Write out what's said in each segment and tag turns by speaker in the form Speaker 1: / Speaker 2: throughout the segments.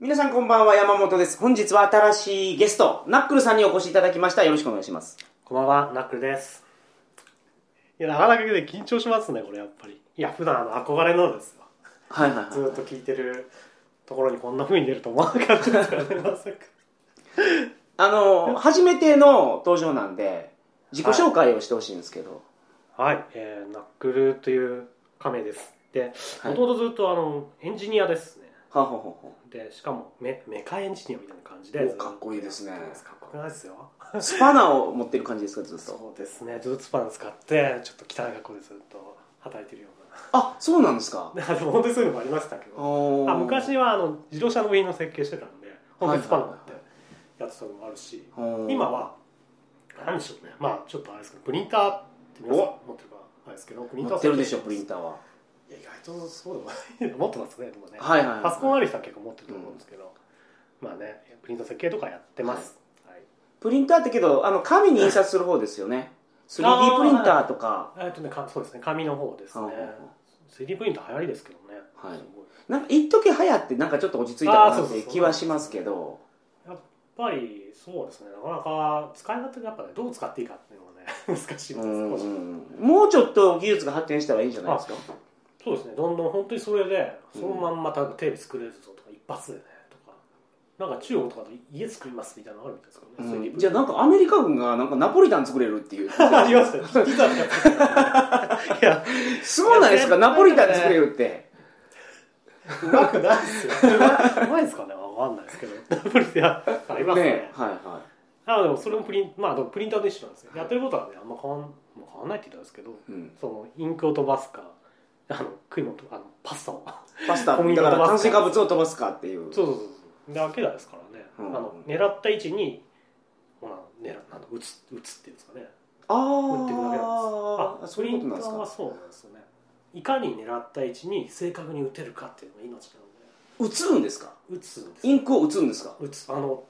Speaker 1: 皆さんこんばんは、山本です。本日は新しいゲスト、ナックルさんにお越しいただきました。よろしくお願いします。
Speaker 2: こんばんは、ナックルです。いや、なかなかね、緊張しますね、これ、やっぱり。いや、普段、あの、憧れのですよ。
Speaker 1: はいはい
Speaker 2: ずっと聞いてるところにこんな風に出ると思わなかったですからね、まさか。
Speaker 1: あの、初めての登場なんで、自己紹介をしてほしいんですけど。
Speaker 2: はい、えー、ナックルという亀です。で、
Speaker 1: はい
Speaker 2: もともとずっと、あの、エンジニアですね。
Speaker 1: はほほほ
Speaker 2: で、しかもメ、メカエンジニアみたいな感じで。
Speaker 1: お
Speaker 2: ずと
Speaker 1: かっこいいですね
Speaker 2: かっこよくないですよ。
Speaker 1: ほ。スパナを持ってる感じですか、ずっと。
Speaker 2: そうですね、ずっとスパン使って、ちょっと汚い格好でずっと働いてるよう
Speaker 1: あ、そうなんですか。
Speaker 2: な。 でも本当にそういうのもありましたけど。
Speaker 1: おー
Speaker 2: あ昔はあの自動車の部品の設計してたんで本別パナってやってたのもあるし、
Speaker 1: おー
Speaker 2: 今は何でしょうねまあちょっとあれですけどプリンターって皆さん持ってるかあれですけどプリンター
Speaker 1: 持ってるでしょ、プリンターは。
Speaker 2: ーいや意外とそうでもない 持ってますねでもね、
Speaker 1: はいはいはい
Speaker 2: パソコンある人は結構持ってると思うんですけど、まあねプリンター設計とかやってます、はい
Speaker 1: プリンターってけど、あの、紙に印刷する方ですよね。3D プリンターとか、
Speaker 2: えっとねかそうですね紙の方ですね
Speaker 1: うんうんうん
Speaker 2: 3D プリンター流行りですけどね、
Speaker 1: はい
Speaker 2: すごい
Speaker 1: なんか、一時流行って、なんかちょっと落ち着いたか
Speaker 2: あー
Speaker 1: な
Speaker 2: そう
Speaker 1: っ
Speaker 2: そう
Speaker 1: て
Speaker 2: そう
Speaker 1: 気はしますけど。
Speaker 2: やっぱりそうですねなかなか使い方がやっぱねどう使っていいかっていうのがね 難しいです
Speaker 1: うん
Speaker 2: 個
Speaker 1: う
Speaker 2: 人
Speaker 1: んうんもうちょっと技術が発展したらいいんじゃないですか。
Speaker 2: そうですねどんどん本当にそれで
Speaker 1: うん
Speaker 2: そのまんま多分テレビ作れるぞとか一発でねとかなんか中国とかと家作りますみたいなのあるみたいですからね、
Speaker 1: うんじゃあなんかアメリカ軍がなんかナポリタン作れるっていう。
Speaker 2: あありましたよピザとか作っていや
Speaker 1: すごないですか
Speaker 2: いや
Speaker 1: ナポリタン作れるって。
Speaker 2: うまくないですようまうまいですかねわかんないですけどナポリタンありますね
Speaker 1: ねはいは
Speaker 2: あでもそれもプリン,、まあ、でもプリンターと一緒なんですよやってることはねあんま変わんもう変わんないって言ったんですけど
Speaker 1: い。うん
Speaker 2: そのインクを飛ばすかあの食い物とあのパスタを
Speaker 1: パスタ、
Speaker 2: 小麦粉
Speaker 1: だから
Speaker 2: 飛ば
Speaker 1: 炭
Speaker 2: す
Speaker 1: 水
Speaker 2: か
Speaker 1: 化物を飛ばすかっていう。
Speaker 2: そうそうそうそうだけですからね、
Speaker 1: うん
Speaker 2: あの狙った位置にほら狙あの打つ打つっていうんですかね
Speaker 1: あ
Speaker 2: 打っていくだけなん
Speaker 1: ーあ、
Speaker 2: です
Speaker 1: そういうことなんです
Speaker 2: プリンターは
Speaker 1: か。
Speaker 2: そうなんですよねいかに狙った位置に正確に打てるかっていうのが命なの
Speaker 1: 映るんですか
Speaker 2: で打つんです
Speaker 1: インクを映るんですか
Speaker 2: 打つあの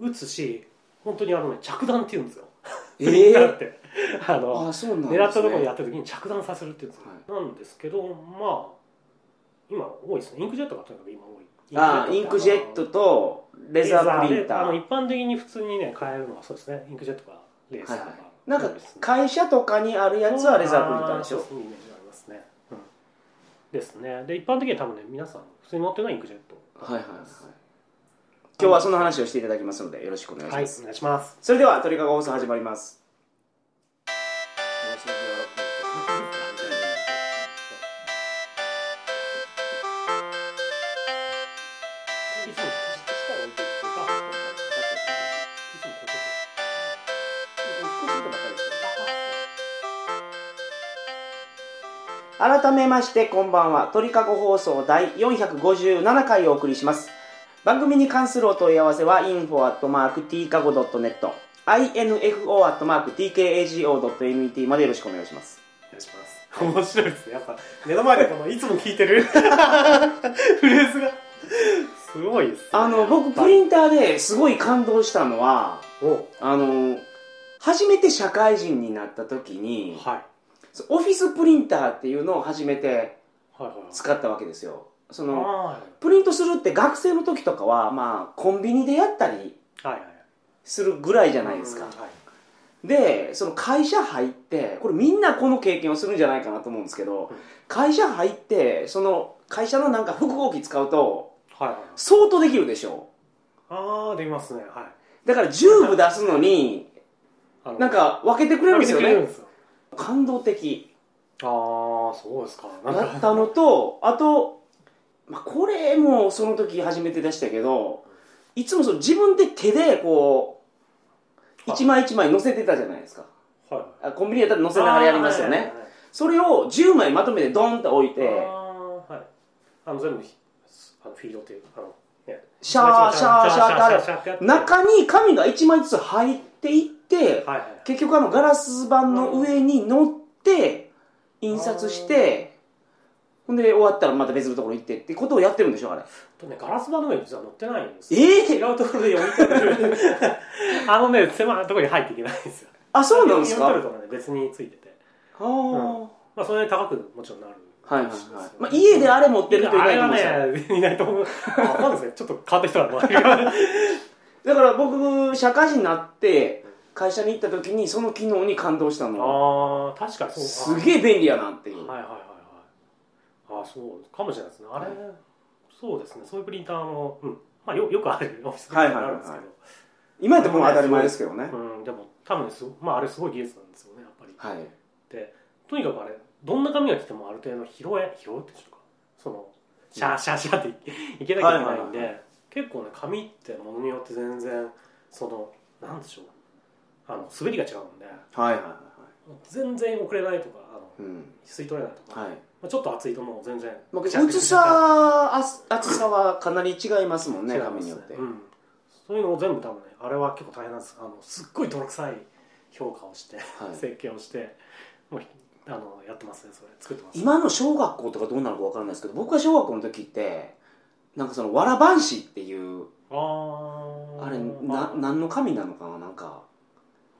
Speaker 2: 打つし本当にあのね着弾っていうんですよプリ
Speaker 1: え
Speaker 2: ンター
Speaker 1: え
Speaker 2: って、 あの
Speaker 1: あ、そうなんですね。
Speaker 2: 狙ったところにやった時に着弾させるっていうんですよ、
Speaker 1: は
Speaker 2: なんですけどまあ今多いですねインクジェットがとにかく今多い
Speaker 1: あーインクジェットとレザープリンタ
Speaker 2: レザであの
Speaker 1: ー。
Speaker 2: 一般的に普通にね買えるのはそうですねインクジェットかレースとか、
Speaker 1: はいはなんか
Speaker 2: そうですね
Speaker 1: 会社とかにあるやつはレザープリンターでし
Speaker 2: あ
Speaker 1: ょ
Speaker 2: そういうイメージがありますね、うんですねで一般的には多分ね皆さん普通に持ってるのはインクジェット
Speaker 1: はいはいはい。今日はその話をしていただきますので、よろしくお願いし
Speaker 2: はい
Speaker 1: ま
Speaker 2: お
Speaker 1: す。
Speaker 2: 願いします
Speaker 1: それでは、鳥かご放送始まります。
Speaker 2: いつもこっち下を置いていくとバーッとこういつもこっちです
Speaker 1: 改めましてこんばんは鳥かご放送第457回をお送りします番組に関するお問い合わせは info.tkago.net info.tkago.net までよろしくお願いします
Speaker 2: お願いします。面白いですね。やっぱ目の前でこのいつも聞いてるフレーズがすごいです、ね。
Speaker 1: あの僕プリ
Speaker 2: ン
Speaker 1: ンターですごい感動したのは
Speaker 2: を
Speaker 1: あの初めて社会人になった時に
Speaker 2: はい
Speaker 1: そうオフィスプリンターっていうのを初めて
Speaker 2: はいはい。
Speaker 1: 使ったわけですよそ
Speaker 2: はい
Speaker 1: の
Speaker 2: は
Speaker 1: プリントするって学生の時とかはまあコンビニでやったり
Speaker 2: いはい。
Speaker 1: するぐらいじ
Speaker 2: じ
Speaker 1: ゃないですか
Speaker 2: はい、
Speaker 1: でその会社入ってこれみんなこの経験をするんじゃないかなと思うんですけど
Speaker 2: うん
Speaker 1: 会社入ってその会社のなんか複合機使うと
Speaker 2: はいはい。
Speaker 1: 相当できるでしょ
Speaker 2: ああできますね。はい。
Speaker 1: だから10部出すのに
Speaker 2: あの
Speaker 1: なんか分けてくれるん
Speaker 2: 分
Speaker 1: です
Speaker 2: けて
Speaker 1: よ
Speaker 2: くれるん
Speaker 1: ね
Speaker 2: ですよ。
Speaker 1: 感動的
Speaker 2: ああそうですか。なん
Speaker 1: だっ
Speaker 2: か
Speaker 1: たのとあと、まあ、これもその時初めてでしたけどいつもその自分で手でこう
Speaker 2: あ
Speaker 1: 一枚一枚載せてたじゃないですか
Speaker 2: はい。
Speaker 1: あコンビニやったら載せながらやりますよね。それを10枚まとめてドンと置い
Speaker 2: あーはいは
Speaker 1: て
Speaker 2: いはいあーはい。あの全部ひあのフィードっていうあのね。
Speaker 1: シャーシャーシャーってあれ
Speaker 2: シャーシャーってやって
Speaker 1: 中に紙が1枚ずつ入っていって
Speaker 2: はいはい。
Speaker 1: 結局あのガラス板の上に乗って印刷してほんで終わったらまた別のところ行ってってことをやってるんでしょあれ
Speaker 2: とね、ガラス板の上に実は乗ってないんですよ。
Speaker 1: ええ
Speaker 2: 違うところで読み取る。あのね、狭いところに入っていけないんですよ。
Speaker 1: あそうなんです
Speaker 2: 読
Speaker 1: か
Speaker 2: み取るとかね、別についてて。
Speaker 1: あー
Speaker 2: まあ、それで高くもちろんなるんです
Speaker 1: はいはいはい。まあ、家であれ持ってる人い
Speaker 2: あ
Speaker 1: ない
Speaker 2: れ
Speaker 1: と
Speaker 2: は
Speaker 1: 思うんですよ。
Speaker 2: ね、いないと思う。あ、そうですね。ちょっと変わった人だな周 りが。
Speaker 1: だから僕、社会人になって、会社に行った時にその機能に感動したの。
Speaker 2: ああ、確かにそう
Speaker 1: す
Speaker 2: え。
Speaker 1: げえ便利やなっていう。
Speaker 2: はいはいはいはい。ああ、そうかもしれないですね。あれ、そうですね。そういうプリンターも、うん。まあ、よよくあるオフィスプリンターがあるんですけど。
Speaker 1: 今やったらもう当たり前ですけどね。
Speaker 2: うん、でも多分すごまああれすごい技術なんですよねやっぱり
Speaker 1: はい。
Speaker 2: でとにかくあれどんな紙が来てもある程度拾え拾えって言うんでしょうかそのシャーシャーシャーっていいけなきゃいけないんで、
Speaker 1: はいはいはいは
Speaker 2: 結構ね紙ってものによって全然そのなんでしょうあの滑りが違うんで
Speaker 1: はいはいはいはい。
Speaker 2: 全然遅れないとかあの
Speaker 1: うん。
Speaker 2: 吸い取れないとか、
Speaker 1: はい。
Speaker 2: まあ、ちょっと厚いともう全然
Speaker 1: まあ、
Speaker 2: ぐちゃぐちゃ
Speaker 1: 薄さ、厚厚さはかなり違いますもんね、
Speaker 2: 違います
Speaker 1: 紙によって。
Speaker 2: うん、そういうのを全部多分ねあれは結構大変なんですあのすっごい泥臭い評価をして、
Speaker 1: はい
Speaker 2: 設計をしてもうひあのやってますねそれ作ってます
Speaker 1: 今の小学校とかどうなのかわからないですけど、僕が小学校の時って、なんかその、わらばんしっていう、
Speaker 2: あー
Speaker 1: あれ、な、何の紙なのかななんか、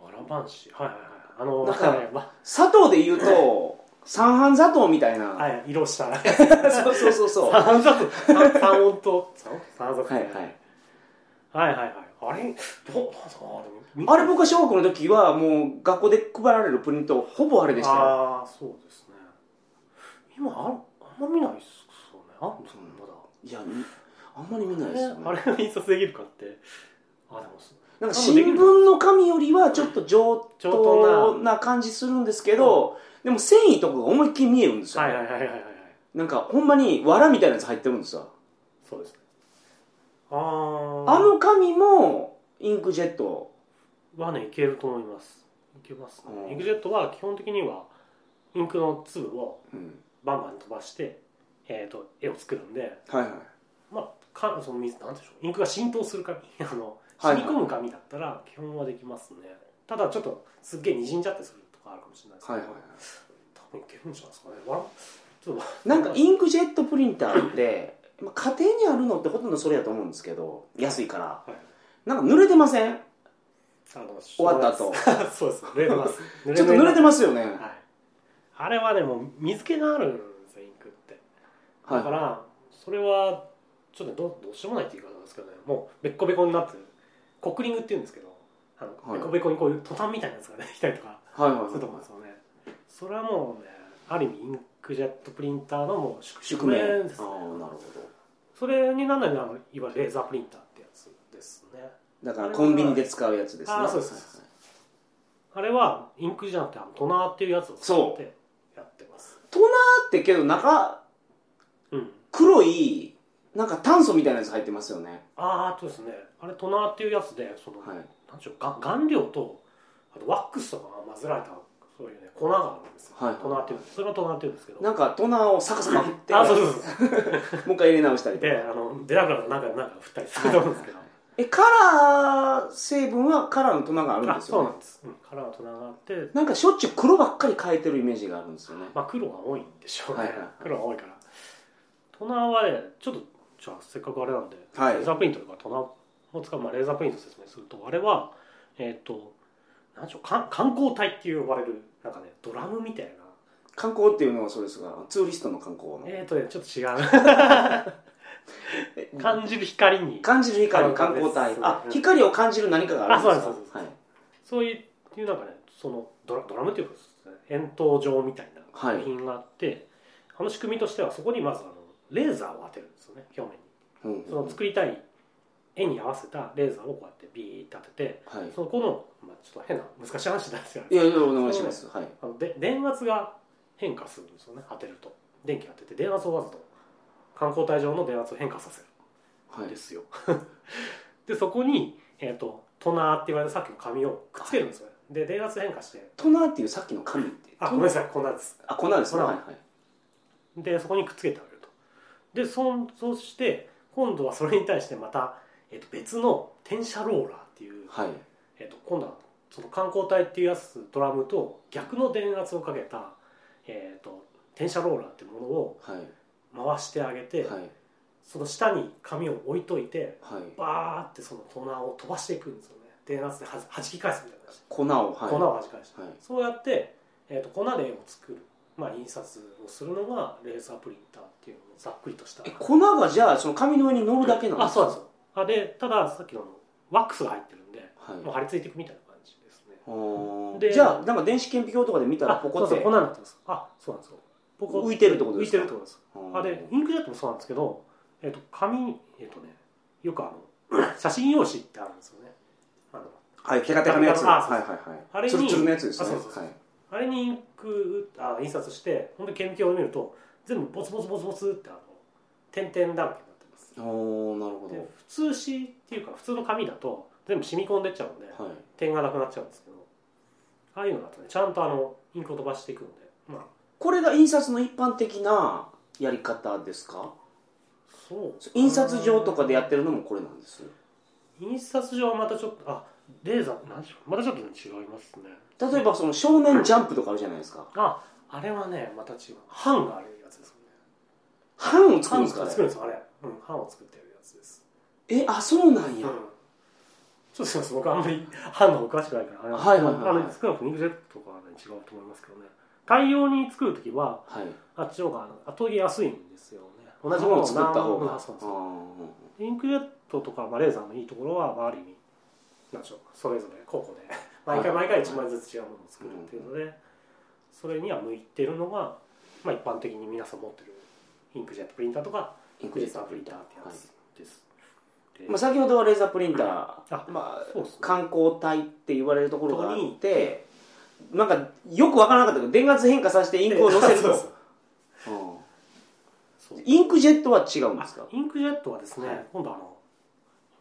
Speaker 2: わらばんしはいはいはいあの
Speaker 1: なん
Speaker 2: な
Speaker 1: か
Speaker 2: んかね、ま
Speaker 1: 砂糖で言うと、三半砂糖みたいな。
Speaker 2: はい、色した
Speaker 1: そうそうそうそう。は
Speaker 2: 三冊三三音と三音三冊
Speaker 1: いはい。
Speaker 2: はいはいはいあれどうなんすかあれ
Speaker 1: あれ僕は小学校の時はもう学校で配られるプリントほぼあれでしたよ
Speaker 2: ああそうですね今ああんま見ないっすよねあんのまだ
Speaker 1: いやあんまり見ないですよね
Speaker 2: あれあれ印刷できるかってあでも
Speaker 1: なんか新聞の紙よりはちょっと上
Speaker 2: 上等
Speaker 1: 等な感じするんですけど、でも繊維とかが思いっきり見えるんですよ、
Speaker 2: はいはいはいはいはいはい
Speaker 1: なんかほんまに藁みたいなやつ入ってるんですよ
Speaker 2: そうですねあー
Speaker 1: あの紙もインクジェット
Speaker 2: はねいけると思いますいけますね、
Speaker 1: うん
Speaker 2: インクジェットは基本的にはインクの粒を
Speaker 1: うん
Speaker 2: バンバン飛ばして、えー、と絵を作るんで
Speaker 1: はいはい
Speaker 2: まあかその水なんていうんでしょうインクが浸透する紙あの
Speaker 1: はいは
Speaker 2: 染
Speaker 1: い
Speaker 2: み込む紙だったら基本はできますね、ただちょっとすっげえにじんじゃってするとかあるかもしれないですけ
Speaker 1: は
Speaker 2: ど、
Speaker 1: いは
Speaker 2: 多分いけるんじゃないですかねわらちょっと
Speaker 1: いなんかインクジェットプリンターって まあ家庭にあるのってほとんどそれやと思うんですけど安いから
Speaker 2: はい
Speaker 1: なんか濡れてません
Speaker 2: あの
Speaker 1: 終わった後
Speaker 2: そう です濡れてます
Speaker 1: ちょっと濡れて
Speaker 2: ま
Speaker 1: ますよね
Speaker 2: す、はい、あれはでも水気があるんですよインクってだから、それはちょっとどうどうしようもないっていう言い方なんですけどねもうべっこべこになってるコックリングっていうんですけどあの、
Speaker 1: はい
Speaker 2: べこべこにこういうトタンみたいなやつができたりとか
Speaker 1: はいはい
Speaker 2: すると思うんですよねそれはもうねある意味インクジェットプリンターのもう宿
Speaker 1: 宿
Speaker 2: 宿命
Speaker 1: 命
Speaker 2: ですね
Speaker 1: ああなるほど
Speaker 2: それにならないのはあのいわゆるレーザープリンターってやつですね
Speaker 1: だからコンビニで使うやつですね
Speaker 2: あーそうですそうですあれはインクじゃなくてあのトナーっていうやつを使ってやってます
Speaker 1: トナーってけど中
Speaker 2: うん
Speaker 1: 黒いなんか炭素みたいなやつ入ってますよね
Speaker 2: ああそうですねあれトナーっていうやつでその、
Speaker 1: はい
Speaker 2: なんでしょうが顔料とあとワックスとかが混ぜられたそういうね粉があるんですよ、
Speaker 1: はいはい
Speaker 2: トナーっていうんですそれがトナーっていうんですけど
Speaker 1: なんかトナーをサカサカ振って
Speaker 2: あそうそうそう
Speaker 1: もう一回入れ直したりとか
Speaker 2: であの出なくなったらなんかなんか振ったりすると思うんですけど、
Speaker 1: えカラー成分はカラーのトナーがあるん
Speaker 2: あ
Speaker 1: です
Speaker 2: そう
Speaker 1: よ
Speaker 2: な
Speaker 1: ね
Speaker 2: んです、うん、カラーとナーがあって、
Speaker 1: なんかしょっちゅう黒ばっかり変えてるイメージがあるんですよね
Speaker 2: まあ、黒が多いんでしょうね、
Speaker 1: はいはいはい
Speaker 2: 黒が多いからトナーはねちょっとじゃあせっかくあれなんで、
Speaker 1: はい
Speaker 2: レーザープリントとかトナーを使う、まあ、レーザープリント説明するとあれはえっ、となんでしょうかん観光体って呼ばれるなんかねドラムみたいな
Speaker 1: 観光っていうのはそうですがツーリストの観光の
Speaker 2: えーとね、ちょっと違う
Speaker 1: え
Speaker 2: 感じる光に
Speaker 1: 感じる光観光体
Speaker 2: そう
Speaker 1: あ
Speaker 2: うん
Speaker 1: 光を感じる何かがあるんですか
Speaker 2: あそうですそう
Speaker 1: はい
Speaker 2: そういうっていうなんかねそのドラドラムっていうかですね円筒状みたいな
Speaker 1: はい
Speaker 2: 部品があって、あの仕組みとしてはそこにまずあのレーザーを当てるんですよね表面
Speaker 1: うん
Speaker 2: に
Speaker 1: うん
Speaker 2: その作りたい絵に合わせたレーザーをこうやってビーって当てて
Speaker 1: はい
Speaker 2: そこの、まあ、ちょっと変な難しい話なんですよ
Speaker 1: いやいやお願いしますはい
Speaker 2: あので電圧が変化するんですよね当てると電気当てて電圧をわざと観光帯上の電圧を変化させる
Speaker 1: はい
Speaker 2: ですよ でそこに、えー、とトナーって言われたさっきの紙をくっつけるんですよ、で電圧変化して
Speaker 1: トナーっていうさっきの紙って
Speaker 2: あごめんなさいこんなんです
Speaker 1: あ粉ですね
Speaker 2: 粉
Speaker 1: はいはい
Speaker 2: でそこにくっつけてあげるとでそんそうして今度はそれに対してまた、えー、と別の転写ローラーっていう、
Speaker 1: はい
Speaker 2: えー、と今度はその観光体っていうやつドラムと逆の電圧をかけた、えー、と転写ローラーってものを
Speaker 1: はい
Speaker 2: 回してあげて、
Speaker 1: はい
Speaker 2: その下に紙を置いといて
Speaker 1: はい
Speaker 2: バーってそのトナーを飛ばしていくんですよね電圧ではじ弾き返すみたいな感じで
Speaker 1: 粉をはい
Speaker 2: 粉を弾き返して、
Speaker 1: はい
Speaker 2: そうやって、えー、と粉で絵を作る、まあ、印刷をするのがレーザープリンターっていうのをざっくりとした
Speaker 1: え粉がじゃあその紙の上に乗るだけなんですか
Speaker 2: あそうなんですよあでたださっきのあのワックスが入ってるんで
Speaker 1: は
Speaker 2: もう
Speaker 1: い
Speaker 2: 貼り付いていくみたいな感じですね
Speaker 1: あー
Speaker 2: で
Speaker 1: じゃあなんか電子顕微鏡とかで見たら
Speaker 2: あ
Speaker 1: ポ
Speaker 2: そ
Speaker 1: コ
Speaker 2: う
Speaker 1: って
Speaker 2: そうこんなんなってますあそうなんですよポコ
Speaker 1: 浮いてるってことですか
Speaker 2: 浮いてるってことですあで
Speaker 1: う
Speaker 2: インクジェットもそうなんですけど、えっと紙えっとねよくあの 写真用紙ってあるんですよねあの
Speaker 1: んはいテカテカのやつ
Speaker 2: あそうそ
Speaker 1: は
Speaker 2: う
Speaker 1: いはいはい
Speaker 2: あれに
Speaker 1: ツルツルのやつですね
Speaker 2: あそうそうそう
Speaker 1: はい
Speaker 2: あれにインクあ印刷して本当に顕微鏡を見ると全部ボツボツボツボツってあの点々だらけになってます
Speaker 1: おーなるほ
Speaker 2: で普通紙っていうか普通の紙だと全部染み込んでっちゃうんで、
Speaker 1: どはい
Speaker 2: 点がなくなっちゃうんですけどああいうのだとねちゃんとあのインクを飛ばしていくのでまあ
Speaker 1: これが印刷の一般的なやり方ですか
Speaker 2: そう
Speaker 1: 印刷所とかでやってるのもこれなんです
Speaker 2: 印刷上はまたちょっとあレーザーなんでしょうまたちょっと違いますね
Speaker 1: 例えばその少年ジャンプとかあるじゃないですか
Speaker 2: ああれはねまた違う版があるやつです
Speaker 1: 版を作るんです
Speaker 2: もんね
Speaker 1: か
Speaker 2: 版
Speaker 1: ね
Speaker 2: 作るんですよあれうん版を作ってるやつです
Speaker 1: えあそうなん
Speaker 2: うん
Speaker 1: や、
Speaker 2: ちょっとすいません僕あんまり 版の方詳しくないからあれなんです
Speaker 1: はい
Speaker 2: けど
Speaker 1: はいはいはい
Speaker 2: あの少なくともインクジェットとかはね違うと思いますけどね大量に作るときは
Speaker 1: はい
Speaker 2: あっちの方が後げやすいんですよね同じ
Speaker 1: 版
Speaker 2: もの
Speaker 1: を
Speaker 2: を
Speaker 1: 作った方
Speaker 2: 何
Speaker 1: が
Speaker 2: あそう
Speaker 1: あ
Speaker 2: そ
Speaker 1: ー
Speaker 2: う
Speaker 1: うんうん
Speaker 2: インクジェットとか、まあ、レーザーのいいところは、まあ、ある意味なんでしょうそれぞれ 個々で毎回毎回1枚ずつ違うものを作るっていうのでそれには向いてるのが、まあ、一般的に皆さん持ってるインクジェットプリンターとか
Speaker 1: イン
Speaker 2: ク
Speaker 1: ク
Speaker 2: レ
Speaker 1: ジ
Speaker 2: ー
Speaker 1: ェッ
Speaker 2: ザ
Speaker 1: ト
Speaker 2: ー
Speaker 1: プリ
Speaker 2: プリ
Speaker 1: ン
Speaker 2: ン
Speaker 1: タ
Speaker 2: タ
Speaker 1: ー
Speaker 2: ー
Speaker 1: は
Speaker 2: ってやつです。で
Speaker 1: いまあ、先ほどはレーザープリンターま
Speaker 2: そう
Speaker 1: あ
Speaker 2: っすね
Speaker 1: 観光体って言われるところがあ
Speaker 2: ところ
Speaker 1: っ
Speaker 2: に
Speaker 1: てなんかよくわからなかったけど電圧変化させてインクを乗せる
Speaker 2: そう
Speaker 1: と
Speaker 2: そうそう
Speaker 1: うんインクジェットは違うんですか
Speaker 2: あインクジェットはですね、
Speaker 1: はい
Speaker 2: 今度あの、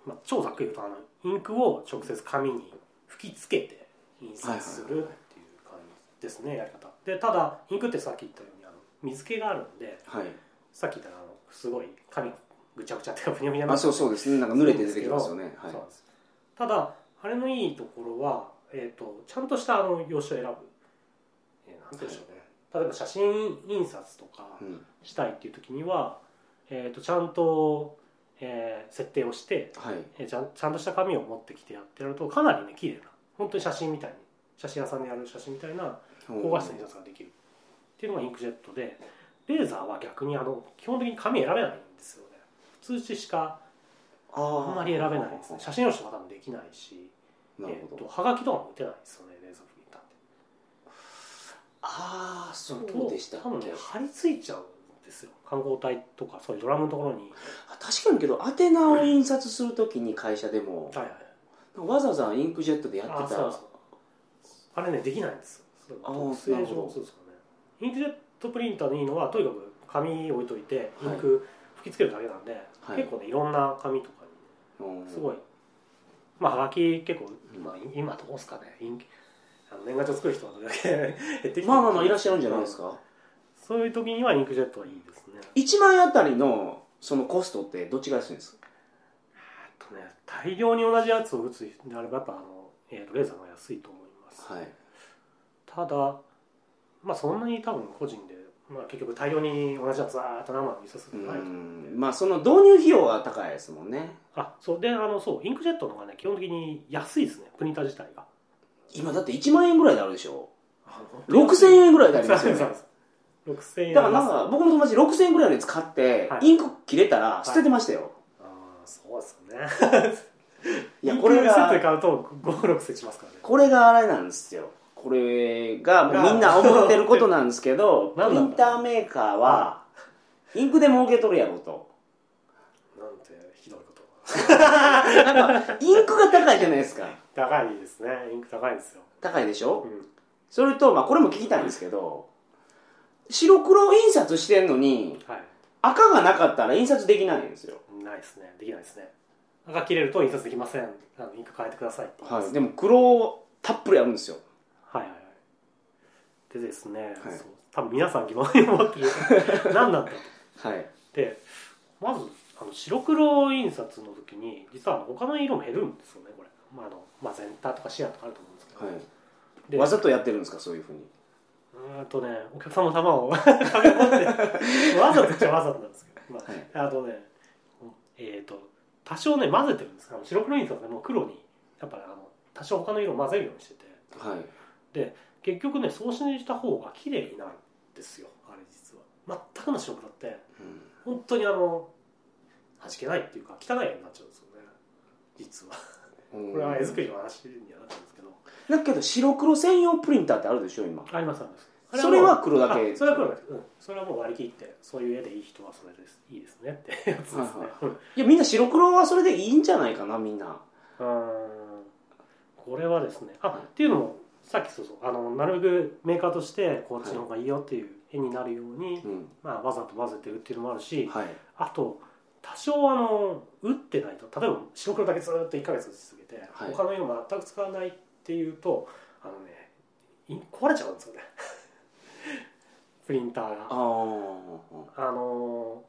Speaker 2: まあ、超ざっくり言うとあのインクを直接紙に吹きつけて印刷するっていう感じですね、やり方でただインクってさっき言ったようにあの水気があるんで
Speaker 1: はい
Speaker 2: さっき言ったあのすごい紙がぐちゃぐちゃっていうかふにゃふにゃにな
Speaker 1: あ
Speaker 2: って
Speaker 1: そうそうですねなんか濡れて出てきますよねはい
Speaker 2: そうなんですただあれのいいところは、えー、とちゃんとしたあの用紙を選ぶ、えーなんて言うんでしょうね、例えば写真印刷とか、
Speaker 1: うん
Speaker 2: したいっていう時には、えー、とちゃんと、えー設定をして、
Speaker 1: はい
Speaker 2: えーちゃんちゃんとした紙を持ってきてやってやるとかなりね綺麗な本当に写真みたいに写真屋さんでやる写真みたいな高画質の印刷ができるっていうのがインクジェットでレーザーは逆にあの基本的に紙選べないんですよね普通紙しか
Speaker 1: あ
Speaker 2: あ
Speaker 1: ー
Speaker 2: んまり選べないですね写真用紙とか多分できないし、え
Speaker 1: なるほ
Speaker 2: ー、と
Speaker 1: ど
Speaker 2: はがきとかも打てないですよねレーザープリンターって
Speaker 1: ああそう
Speaker 2: と
Speaker 1: でしたっ
Speaker 2: 多分ね
Speaker 1: け
Speaker 2: 貼り付いちゃうんですよ観光体とかそういうドラムのところ に
Speaker 1: あ確かにけど宛名を印刷するときに会社でも
Speaker 2: はいはい
Speaker 1: わざわざインクジェットでやってた
Speaker 2: あそうそうあれねできないんですよ
Speaker 1: あー
Speaker 2: 特性
Speaker 1: な
Speaker 2: 上
Speaker 1: るほど
Speaker 2: そうですかねインクジェットプリンターのいいのはとにかく紙置いといてイ
Speaker 1: はい
Speaker 2: ンク吹きつけるだけなんで、
Speaker 1: はい
Speaker 2: 結構ねいろんな紙とか
Speaker 1: うん
Speaker 2: にすごい、まあはがき結構、
Speaker 1: うん
Speaker 2: まあ、今どうですかねインクあの年賀状作る人はどれだけ 減ってきてる
Speaker 1: まあまあまあいらっしゃるんじゃないですか
Speaker 2: そういう時にはインクジェットはいいですね
Speaker 1: 1万円あたりのそのコストってどっちが安いんですか
Speaker 2: あとね大量に同じやつを打つ人であればやっぱあの、えーとレーザーが安いと思います
Speaker 1: はい
Speaker 2: ただまあそんなに多分個人で、まあ、結局大量に同じやつあーっと生の印刷す
Speaker 1: う
Speaker 2: るのないと思うんで
Speaker 1: んまあその導入費用は高いですもんね
Speaker 2: あそうであのそうインクジェットの方がね基本的に安いですねプリンター自体が
Speaker 1: 今だって1万円ぐらいであるでしょ
Speaker 2: あ
Speaker 1: 6000円ぐらいでありますよね
Speaker 2: そうですそうです6000円
Speaker 1: だからなん
Speaker 2: あ
Speaker 1: か僕の友達6000円ぐらいのやつ買って
Speaker 2: はい
Speaker 1: インク切れたら捨ててましたよ
Speaker 2: あーそうですよね
Speaker 1: いやこれ
Speaker 2: インクジェットで
Speaker 1: が
Speaker 2: 買うと56000しますからね
Speaker 1: これがあれなんですよこれがもうみんな思ってることなんですけどプ
Speaker 2: なん
Speaker 1: リ
Speaker 2: なんだ
Speaker 1: ンターメーカーはインクで儲けとるやろうと
Speaker 2: なんてひどいこと
Speaker 1: なんかインクが高いじゃないですか
Speaker 2: 高いですねインク高いですよ、
Speaker 1: 高いでし
Speaker 2: う
Speaker 1: ょ
Speaker 2: ん、
Speaker 1: それとまあこれも聞きたいんですけど白黒印刷してんのに
Speaker 2: はい
Speaker 1: 赤がなかったら印刷できないんですよ
Speaker 2: ないですねできないですね赤切れると印刷できませんあのインク変えてくださいって言います
Speaker 1: でも黒たっぷりあるんですよ
Speaker 2: はいはいはいでですね、
Speaker 1: はい
Speaker 2: そう多分皆さん疑問に思ってる 何なんだと
Speaker 1: はい
Speaker 2: でまずあの白黒印刷の時に実はあの他の色も減るんですよねこれ、まああのマゼンタとかシアとかあると思うんですけど、
Speaker 1: はい
Speaker 2: で
Speaker 1: わざとやってるんですかそういうふうに
Speaker 2: うーんとねお客様の玉を 食べ物ってわざとっちゃわざとなんですけど、まああとねえっ、と多少ね混ぜてるんですけど白黒印刷はねもう黒にやっぱりあの多少他の色を混ぜるようにしてて
Speaker 1: はい
Speaker 2: 結局ねそうした方が綺麗になるんですよあれ実は全くの白黒って
Speaker 1: うん
Speaker 2: 本当にあの弾けないっていうか汚いようになっちゃうんですよね実はこれは絵作りの話にはなっちゃうんですけど
Speaker 1: だけど白黒専用プリンターってあるでしょ今
Speaker 2: ありますありますあ
Speaker 1: それは
Speaker 2: もう
Speaker 1: 黒だけ
Speaker 2: あそれは黒だけうんそれはもう割り切ってそういう絵でいい人はそれですいいですねってやつですね、
Speaker 1: はいはいやみんな白黒はそれでいいんじゃないかなみんな
Speaker 2: うんこれはですねあっていうのもさっきそうそうあのなるべくメーカーとしてこっちの方がいいよっていう絵になるように、
Speaker 1: うん
Speaker 2: まあ、わざと混ぜて売ってるのもあるし、
Speaker 1: はい
Speaker 2: あと多少あの打ってないと例えば白黒だけずっと1ヶ月続けて、
Speaker 1: はい
Speaker 2: 他の色全く使わないっていうとあのねい壊れちゃうんですよね プリンター
Speaker 1: あ
Speaker 2: が。
Speaker 1: あ
Speaker 2: あの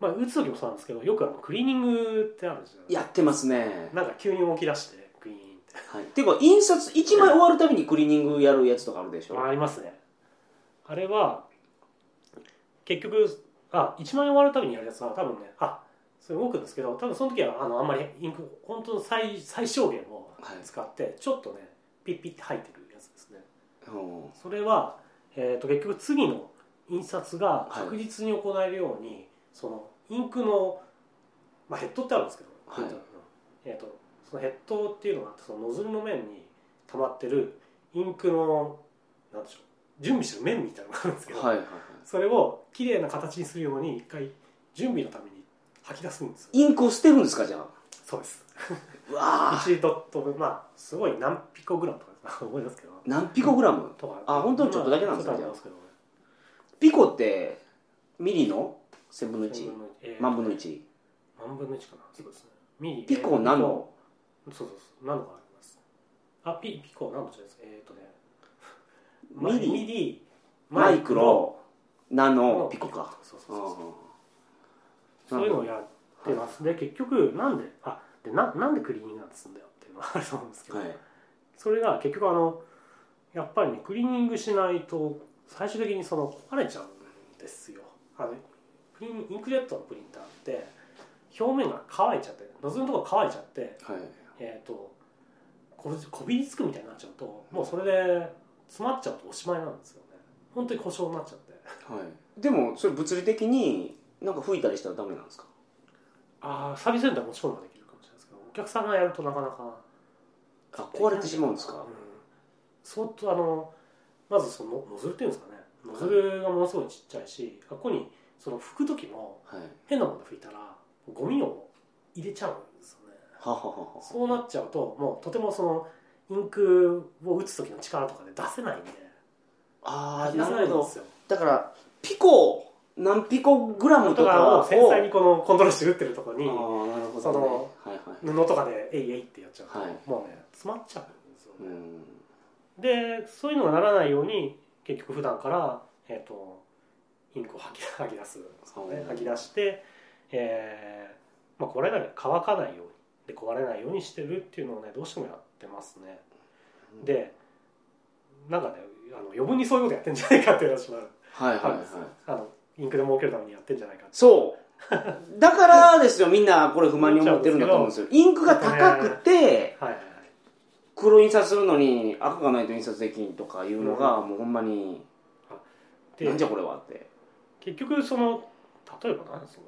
Speaker 2: まあ打つ時もそうなんですけどよくあのクリーニングってあるじゃん
Speaker 1: やってますね
Speaker 2: なんか急に動き出してクイーンって
Speaker 1: はいていうか印刷1枚終わるたびにクリーニングやるやつとかあるでしょ
Speaker 2: ありますねあれは結局あ1万円割るためにやるやつは多分ねあそれ動くんですけど多分その時はあのあんまりインク本当の最最小限を
Speaker 1: はい
Speaker 2: 使ってちょっとねピッピッて入ってるやつですね
Speaker 1: うん
Speaker 2: それは、えー、と結局次の印刷が確実に行えるように、そのインクの、まあ、ヘッドってあるんですけど、
Speaker 1: はい
Speaker 2: うんえー、とそのヘッドっていうのがあってそのノズルの面に溜まってるインクのなんでしょう準備してる面みたいなのがあるんですけど、
Speaker 1: はいはいはい
Speaker 2: それを綺麗な形にするように一回準備のために吐き出すんですよ
Speaker 1: インクを捨てるんですかじゃあ
Speaker 2: そうです
Speaker 1: うわあ
Speaker 2: 1ドット分まあすごい何ピコグラムとかですか覚えますけど
Speaker 1: 何ピコグラム
Speaker 2: とか
Speaker 1: あ本当にちょっとだけなんですね
Speaker 2: まあちょっとありますけど
Speaker 1: ピコってミリの1000分の1
Speaker 2: 1
Speaker 1: 万分の1
Speaker 2: 何分の1かなそうですねミリ
Speaker 1: ピコナノ
Speaker 2: そうそうそうナノがありますあピピコナノじゃないですえっ、とね
Speaker 1: ミリ
Speaker 2: ミリ
Speaker 1: マイクロナ
Speaker 2: マイ
Speaker 1: ノ
Speaker 2: の
Speaker 1: ピコか
Speaker 2: そうそうそうそう
Speaker 1: う
Speaker 2: そういうのをやってますで結局なんであでななんでクリーニングなんですんだよっていうのがあると思うんですけ
Speaker 1: ん
Speaker 2: ど、
Speaker 1: はい
Speaker 2: それが結局あのやっぱりねクリーニングしないと最終的にその壊れちゃうんですよあのプリンインクジェットのプリンターって表面が乾いちゃってノズルのところ乾いちゃって
Speaker 1: はい
Speaker 2: えー、とこびこびりつくみたいになっちゃうともうそれで詰まっちゃうとおしまいなんですよね本当に故障になっちゃって
Speaker 1: はい、でもそれ物理的になんか吹いたりしたらダメなんですか
Speaker 2: ああサービスセンター持ち込むのはできるかもしれないですけどお客さんがやるとなかなか
Speaker 1: あ壊れてしまうんです
Speaker 2: う
Speaker 1: か
Speaker 2: ん相当あのまずそのノズルっていうんですかねノズルがものすごいちっちゃいし、あここにその拭く時も
Speaker 1: はい
Speaker 2: 変なもの拭いたらゴミを入れちゃうんですよね
Speaker 1: はははは
Speaker 2: そうなっちゃうともうとてもそのインクを打つ時の力とかで出せないんで
Speaker 1: ああ
Speaker 2: 出
Speaker 1: な
Speaker 2: せな
Speaker 1: る
Speaker 2: いん
Speaker 1: ほ
Speaker 2: で
Speaker 1: ど
Speaker 2: すよ
Speaker 1: だからピコ何ピコグラム
Speaker 2: と
Speaker 1: と
Speaker 2: か
Speaker 1: か
Speaker 2: を
Speaker 1: を
Speaker 2: 繊細にこのコントロールして打ってるとこ
Speaker 1: ああ
Speaker 2: に
Speaker 1: なるほ
Speaker 2: そ
Speaker 1: ど、ね、
Speaker 2: の
Speaker 1: はいはい
Speaker 2: 布とかで「えいえい」ってやっちゃうと、
Speaker 1: はい
Speaker 2: もうね詰まっちゃうんですよ
Speaker 1: う
Speaker 2: ね、
Speaker 1: ん
Speaker 2: でそういうのがならないように結局普段から、えー、とインクを吐き吐き出すんですよ
Speaker 1: う
Speaker 2: ね
Speaker 1: ん
Speaker 2: 吐き出して、えーまあ、これだけ乾かないようにで壊れないようにしてるっていうのをねどうしてもやってますね、でなんかねあの余分にそういうことやってんじゃないかっていう話もある
Speaker 1: はいはい
Speaker 2: ある
Speaker 1: は
Speaker 2: ん
Speaker 1: い
Speaker 2: ですよあのインクで儲けるためにやってんじゃないかって
Speaker 1: そうだからですよみんなこれ不満に思ってるんだと思うん ですよインクが高くて
Speaker 2: はいはいはい
Speaker 1: 黒印刷するのに赤がないと印刷できんとかいうのがもうほんまに
Speaker 2: で
Speaker 1: なんじゃこれはって
Speaker 2: 結局その例えば何その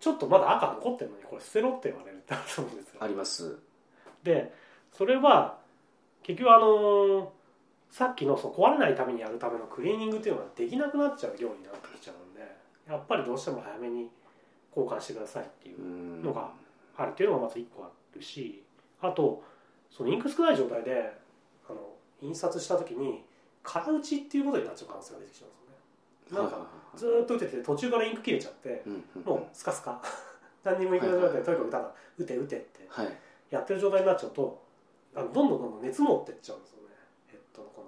Speaker 2: ちょっとまだ赤残ってるのにこれ捨てろって言われるってあると思うんですよ
Speaker 1: あります
Speaker 2: でそれは結局あのーさっきのその壊れないためにやるためのクリーニングっていうのができなくなっちゃう量になってきちゃうんでやっぱりどうしても早めに交換してくださいっていううんのがあるっていうのがまず1個あるしあとそのインク少ない状態であの印刷した時に空打ちっていうことになっちゃう可能性が出てきちゃうんですよね。なんか
Speaker 1: はい
Speaker 2: ずーっと打ってて途中からインク切れちゃって
Speaker 1: うんうんうん
Speaker 2: もうスカスカ 何にもいくなくなってとにかくただ打て打てって
Speaker 1: はい
Speaker 2: やってる状態になっちゃうとあのどんどんどんどん熱持ってっちゃうんですよねヘッドのこ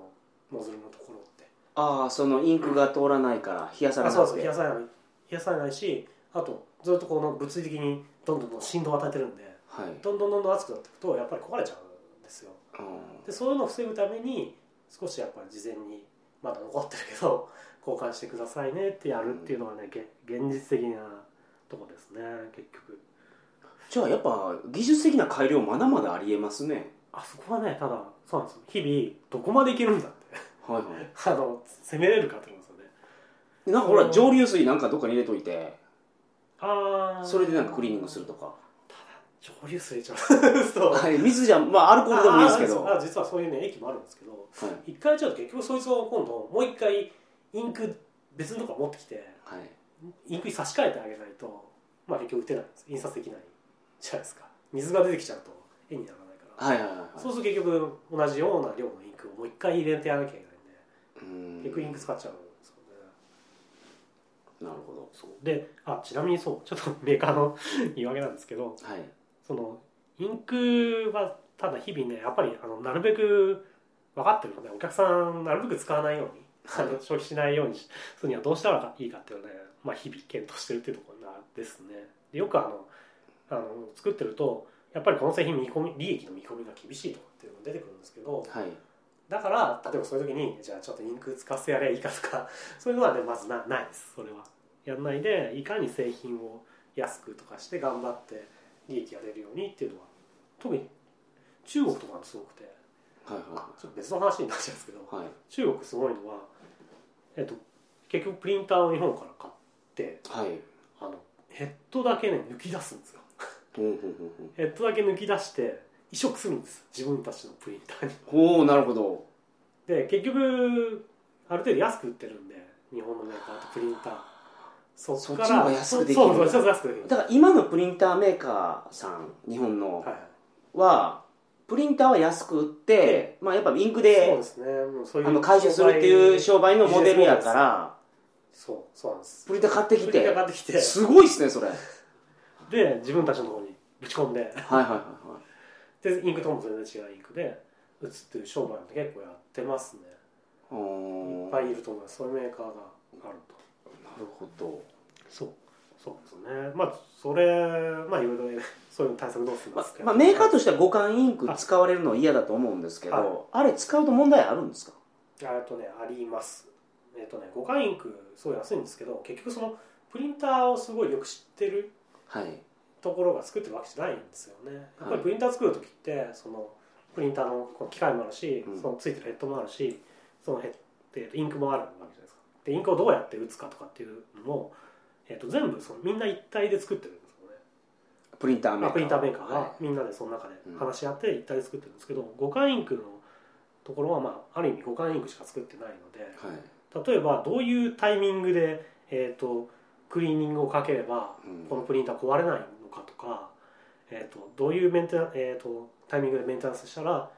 Speaker 2: のノズルのところって
Speaker 1: ああそのインクが通らないから冷やされ
Speaker 2: あ
Speaker 1: な
Speaker 2: そう
Speaker 1: く
Speaker 2: そう
Speaker 1: て
Speaker 2: 冷やされない冷やされないしあとずっとこの物理的にどんどんどん振動を与えてるんで
Speaker 1: はい
Speaker 2: どんどんどんどん熱くなっていくとやっぱり壊れちゃうんですよ
Speaker 1: うん
Speaker 2: でそういうのを防ぐために少しやっぱり事前にまだ残ってるけど交換してくださいねってやるっていうのはね、げ現実的なとこですね結局
Speaker 1: じゃあやっぱ技術的な改良まだまだありえますね
Speaker 2: あそこはねただそうなんですよ日々どこまでいけるんだって
Speaker 1: はいはい
Speaker 2: あの攻めれるかってことですよね
Speaker 1: なんかほら蒸留水なんかどっかに入れといて
Speaker 2: ああ
Speaker 1: それでなんかクリーニングするとか
Speaker 2: 蒸留水ちゃう そう
Speaker 1: はい水じゃまあアルコールでもいいですけど
Speaker 2: ああ
Speaker 1: は
Speaker 2: あ実はそういうね液もあるんですけど
Speaker 1: い、
Speaker 2: 一回やっちゃうと結局そいつを今度もう一回インク別のとこ持ってきて
Speaker 1: はい、
Speaker 2: インクに差し替えてあげないとまあ結局打てないんです印刷できないじゃないですか水が出てきちゃうと絵にならないから、
Speaker 1: はいはいはいはい
Speaker 2: そうすると結局同じような量のインクをもう一回入れてあげなきゃいけない
Speaker 1: うん
Speaker 2: んで結局インク使っちゃうんですよね
Speaker 1: なるほど
Speaker 2: そうであちなみにそうちょっとメーカーの 言い訳なんですけど
Speaker 1: はい
Speaker 2: そのインクはただ日々ねやっぱりあのなるべく分かってるのでお客さんなるべく使わないように、
Speaker 1: はい
Speaker 2: あの消費しないようにしするにはどうしたらいいかっていうのをね、まあ、日々検討してるっていうところなんですねでよくあのあの作ってるとやっぱりこの製品見込み利益の見込みが厳しいとかっていうのが出てくるんですけど
Speaker 1: はい
Speaker 2: だから例えばそういう時にじゃあちょっとインク使わせやりゃいいかとか そういうのはねまずなないですそれはやんないでいかに製品を安くとかして頑張って利益が出るようにっていうのは特に中国とかもすごくて
Speaker 1: はい
Speaker 2: ちょっと別の話になっちゃうんですけど
Speaker 1: はいはい
Speaker 2: 中国すごいのは、えっと、結局プリンターを日本から買って
Speaker 1: はい
Speaker 2: あのヘッドだけね抜き出すんですよ
Speaker 1: ほうほうほう
Speaker 2: ヘッドだけ抜き出して移植するんです自分たちのプリンターに
Speaker 1: ほうほうなるほど
Speaker 2: で結局ある程度安く売ってるんで日本のメーカーとプリンターそ
Speaker 1: そ
Speaker 2: っ
Speaker 1: っ
Speaker 2: から
Speaker 1: ちの方が安くできる
Speaker 2: そうそうそうそう安くできる
Speaker 1: だから今のプリンターメーカーさん日本の
Speaker 2: はい
Speaker 1: はプリンターは安く売って、まあ、やっぱインク
Speaker 2: そう
Speaker 1: で
Speaker 2: ですねもうそういう
Speaker 1: あの回収するっていう商売のモデルやから
Speaker 2: そうそうなんです
Speaker 1: プリンター買ってき
Speaker 2: プリンター
Speaker 1: て
Speaker 2: 買ってきて
Speaker 1: すごいっすねそれはい
Speaker 2: で自分たちのところにぶち込んで
Speaker 1: はいは
Speaker 2: でインクとも全然違うインクで打つっていう商売も結構やってますね
Speaker 1: いはいお
Speaker 2: い
Speaker 1: ー
Speaker 2: っぱいいると思いますそういうメーカーがあると
Speaker 1: なるほど、
Speaker 2: そうそうですねまあそれまあいろいろねそういう対策どうするんで
Speaker 1: ます
Speaker 2: か、
Speaker 1: まあ、メーカーとしては互換インク使われるのは嫌だと思うんですけどあれ使うと問題あるんですか
Speaker 2: えっとねありますえっとね互換インクすごい安いんですけど結局そのプリンターをすごいよく知ってる
Speaker 1: はい
Speaker 2: ところが作ってるわけじゃないんですよねやっぱりプリンター作る時ってそのプリンターのこの機械もあるし、
Speaker 1: うん
Speaker 2: そのついてるヘッドもあるしそのヘッえっとインクもあるわけじゃないですかでインクをどうやって打つかとかっていうのも、えっと全部そのみんな一体で作ってるんですよね
Speaker 1: プリンターメー
Speaker 2: ま
Speaker 1: カ
Speaker 2: あ、
Speaker 1: ー
Speaker 2: プリンターメーカー
Speaker 1: は
Speaker 2: が
Speaker 1: い
Speaker 2: みんなでその中で話し合って一体で作ってるんですけど、互換インクのところは、まあ、ある意味互換インクしか作ってないので、
Speaker 1: はい
Speaker 2: 例えばどういうタイミングで、えー、とクリーニングをかければ
Speaker 1: うん
Speaker 2: このプリンター壊れないのかとか、えー、とどういうメンテナ、えー、とタイミングでメンテナンスしたら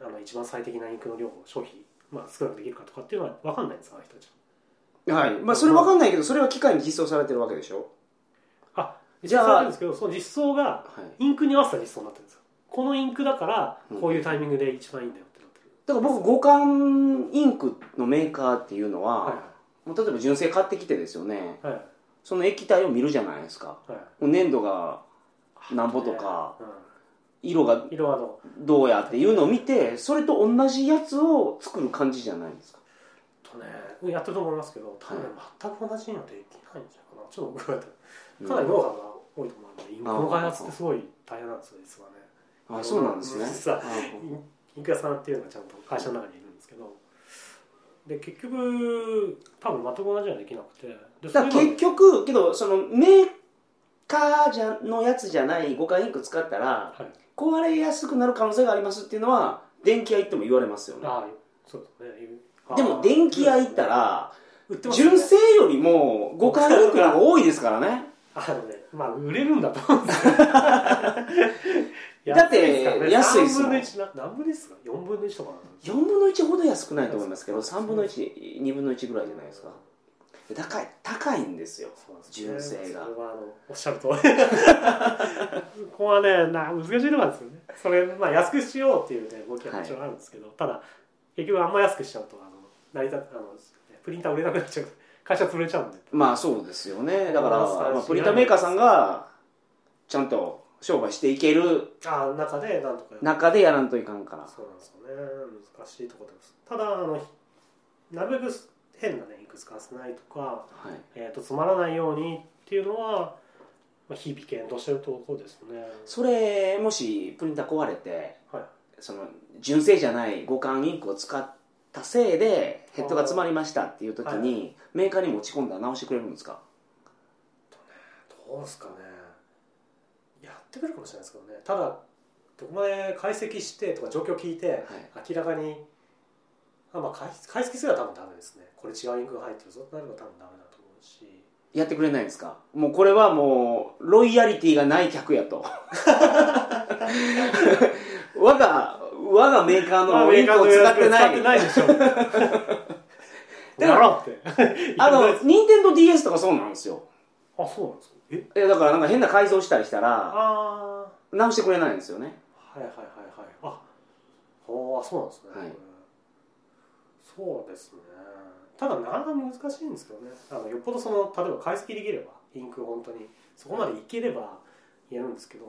Speaker 2: あの一番最適なインクの量を消費、まあ、少なくできるかとかっていうのは分かんないんですあの人たち
Speaker 1: はいまあ、それ分かんないけどそれは機械に実装されてるわけでしょ
Speaker 2: は。あ
Speaker 1: じ
Speaker 2: 実
Speaker 1: ゃあ
Speaker 2: 装なんですけどその実装が
Speaker 1: はい
Speaker 2: インクに合わせた実装になってるんですよ。このインクだから
Speaker 1: うん
Speaker 2: こういうタイミングで一番いいんだよってなってる。
Speaker 1: だから僕互換インクのメーカーっていうのは、
Speaker 2: はい
Speaker 1: もう例えば純正買ってきてですよね
Speaker 2: はい
Speaker 1: その液体を見るじゃないですか
Speaker 2: はい
Speaker 1: もう粘土が
Speaker 2: はい。
Speaker 1: なんぼとか
Speaker 2: ね。
Speaker 1: 色が
Speaker 2: うん、色はあの
Speaker 1: どうやっていうのを見てそれと同じやつを作る感じじゃないんですか
Speaker 2: とねやってると思いますけど多分ね全く同じのできないんじゃないかなちょっと僕はかなりノウハウが多いと思うのでインクの開発ってすごい大変なんですよ実はね
Speaker 1: あそうなんですね
Speaker 2: 実は
Speaker 1: なるほど
Speaker 2: インインク屋さんっていうのがちゃんと会社の中にいるんですけどで結局多分全く同じのはできなくて
Speaker 1: だ
Speaker 2: で
Speaker 1: から結
Speaker 2: 局
Speaker 1: 局けどそのメーカーじゃのやつじゃない互換インク使ったら
Speaker 2: はい
Speaker 1: 壊れやすくなる可能性がありますっていうのは電気屋行っても言われますよね
Speaker 2: ああそうですね
Speaker 1: でも電気屋行ったら
Speaker 2: 売ってますよね
Speaker 1: 純正よりも互換インクの方が多いですからね
Speaker 2: あのねまあ売れるんだと思うんですよ
Speaker 1: だって安いですもん
Speaker 2: 何分の1な何分ですか4分の1とかなんです
Speaker 1: 4分の1ほど安くないと思いますけど3分の12分の1ぐらいじゃないですか高い高いんですよ
Speaker 2: そうです
Speaker 1: 純正が
Speaker 2: それはあのおっしゃるとおり ここはねな難しいところなんですよねそれ、まあ、安くしようっていうね動きはもちろんあるんですけど、ただ結局あんま安くしちゃうとあの成り立たあのプリンター売れなくなっちゃう 会社潰れちゃうんで
Speaker 1: まあそうですよねだから、
Speaker 2: まあそうです
Speaker 1: まあ、プリンターメーカーさんがちゃんと商売していける
Speaker 2: ああ中でなんとか
Speaker 1: 中でやらんといかんから
Speaker 2: そうなんですよね難しいところですただあのなるべく変なねいくつかせないとか、
Speaker 1: はい
Speaker 2: えー、とつまらないようにっていうのは、まあ、日々検討してるところですね
Speaker 1: それもしプリンター壊れて
Speaker 2: はい
Speaker 1: その純正じゃない互換インクを使ったせいでヘッドが詰まりましたっていう時にメーカーに持ち込んだら直してくれるんですか
Speaker 2: どうですかねやってくるかもしれないですけどねただどこまで解析してとか状況聞いて明らかに、あまあ解解析すれば多分ダメですねこれ違うインクが入ってるぞってなれば多分ダメだと思うし
Speaker 1: やってくれないんですかもうこれはもうロイヤリティがない客や と我が我がメーカー
Speaker 2: まあ
Speaker 1: のインクを使ってない
Speaker 2: 使ってないで しょ
Speaker 1: でも
Speaker 2: やろう って
Speaker 1: あの任天堂 d s とかそうなんですよ
Speaker 2: あそうなんですかえ
Speaker 1: いやだからなんか変な改造したりしたら
Speaker 2: あ
Speaker 1: 直してくれないんですよね
Speaker 2: あはいはいはいはいあほうあそうなんですね、
Speaker 1: はい
Speaker 2: そうですねただなかなか難しいんですけどねあのよっぽどその例えば解析できればインクを本当にそこまでいければ言えるんですけど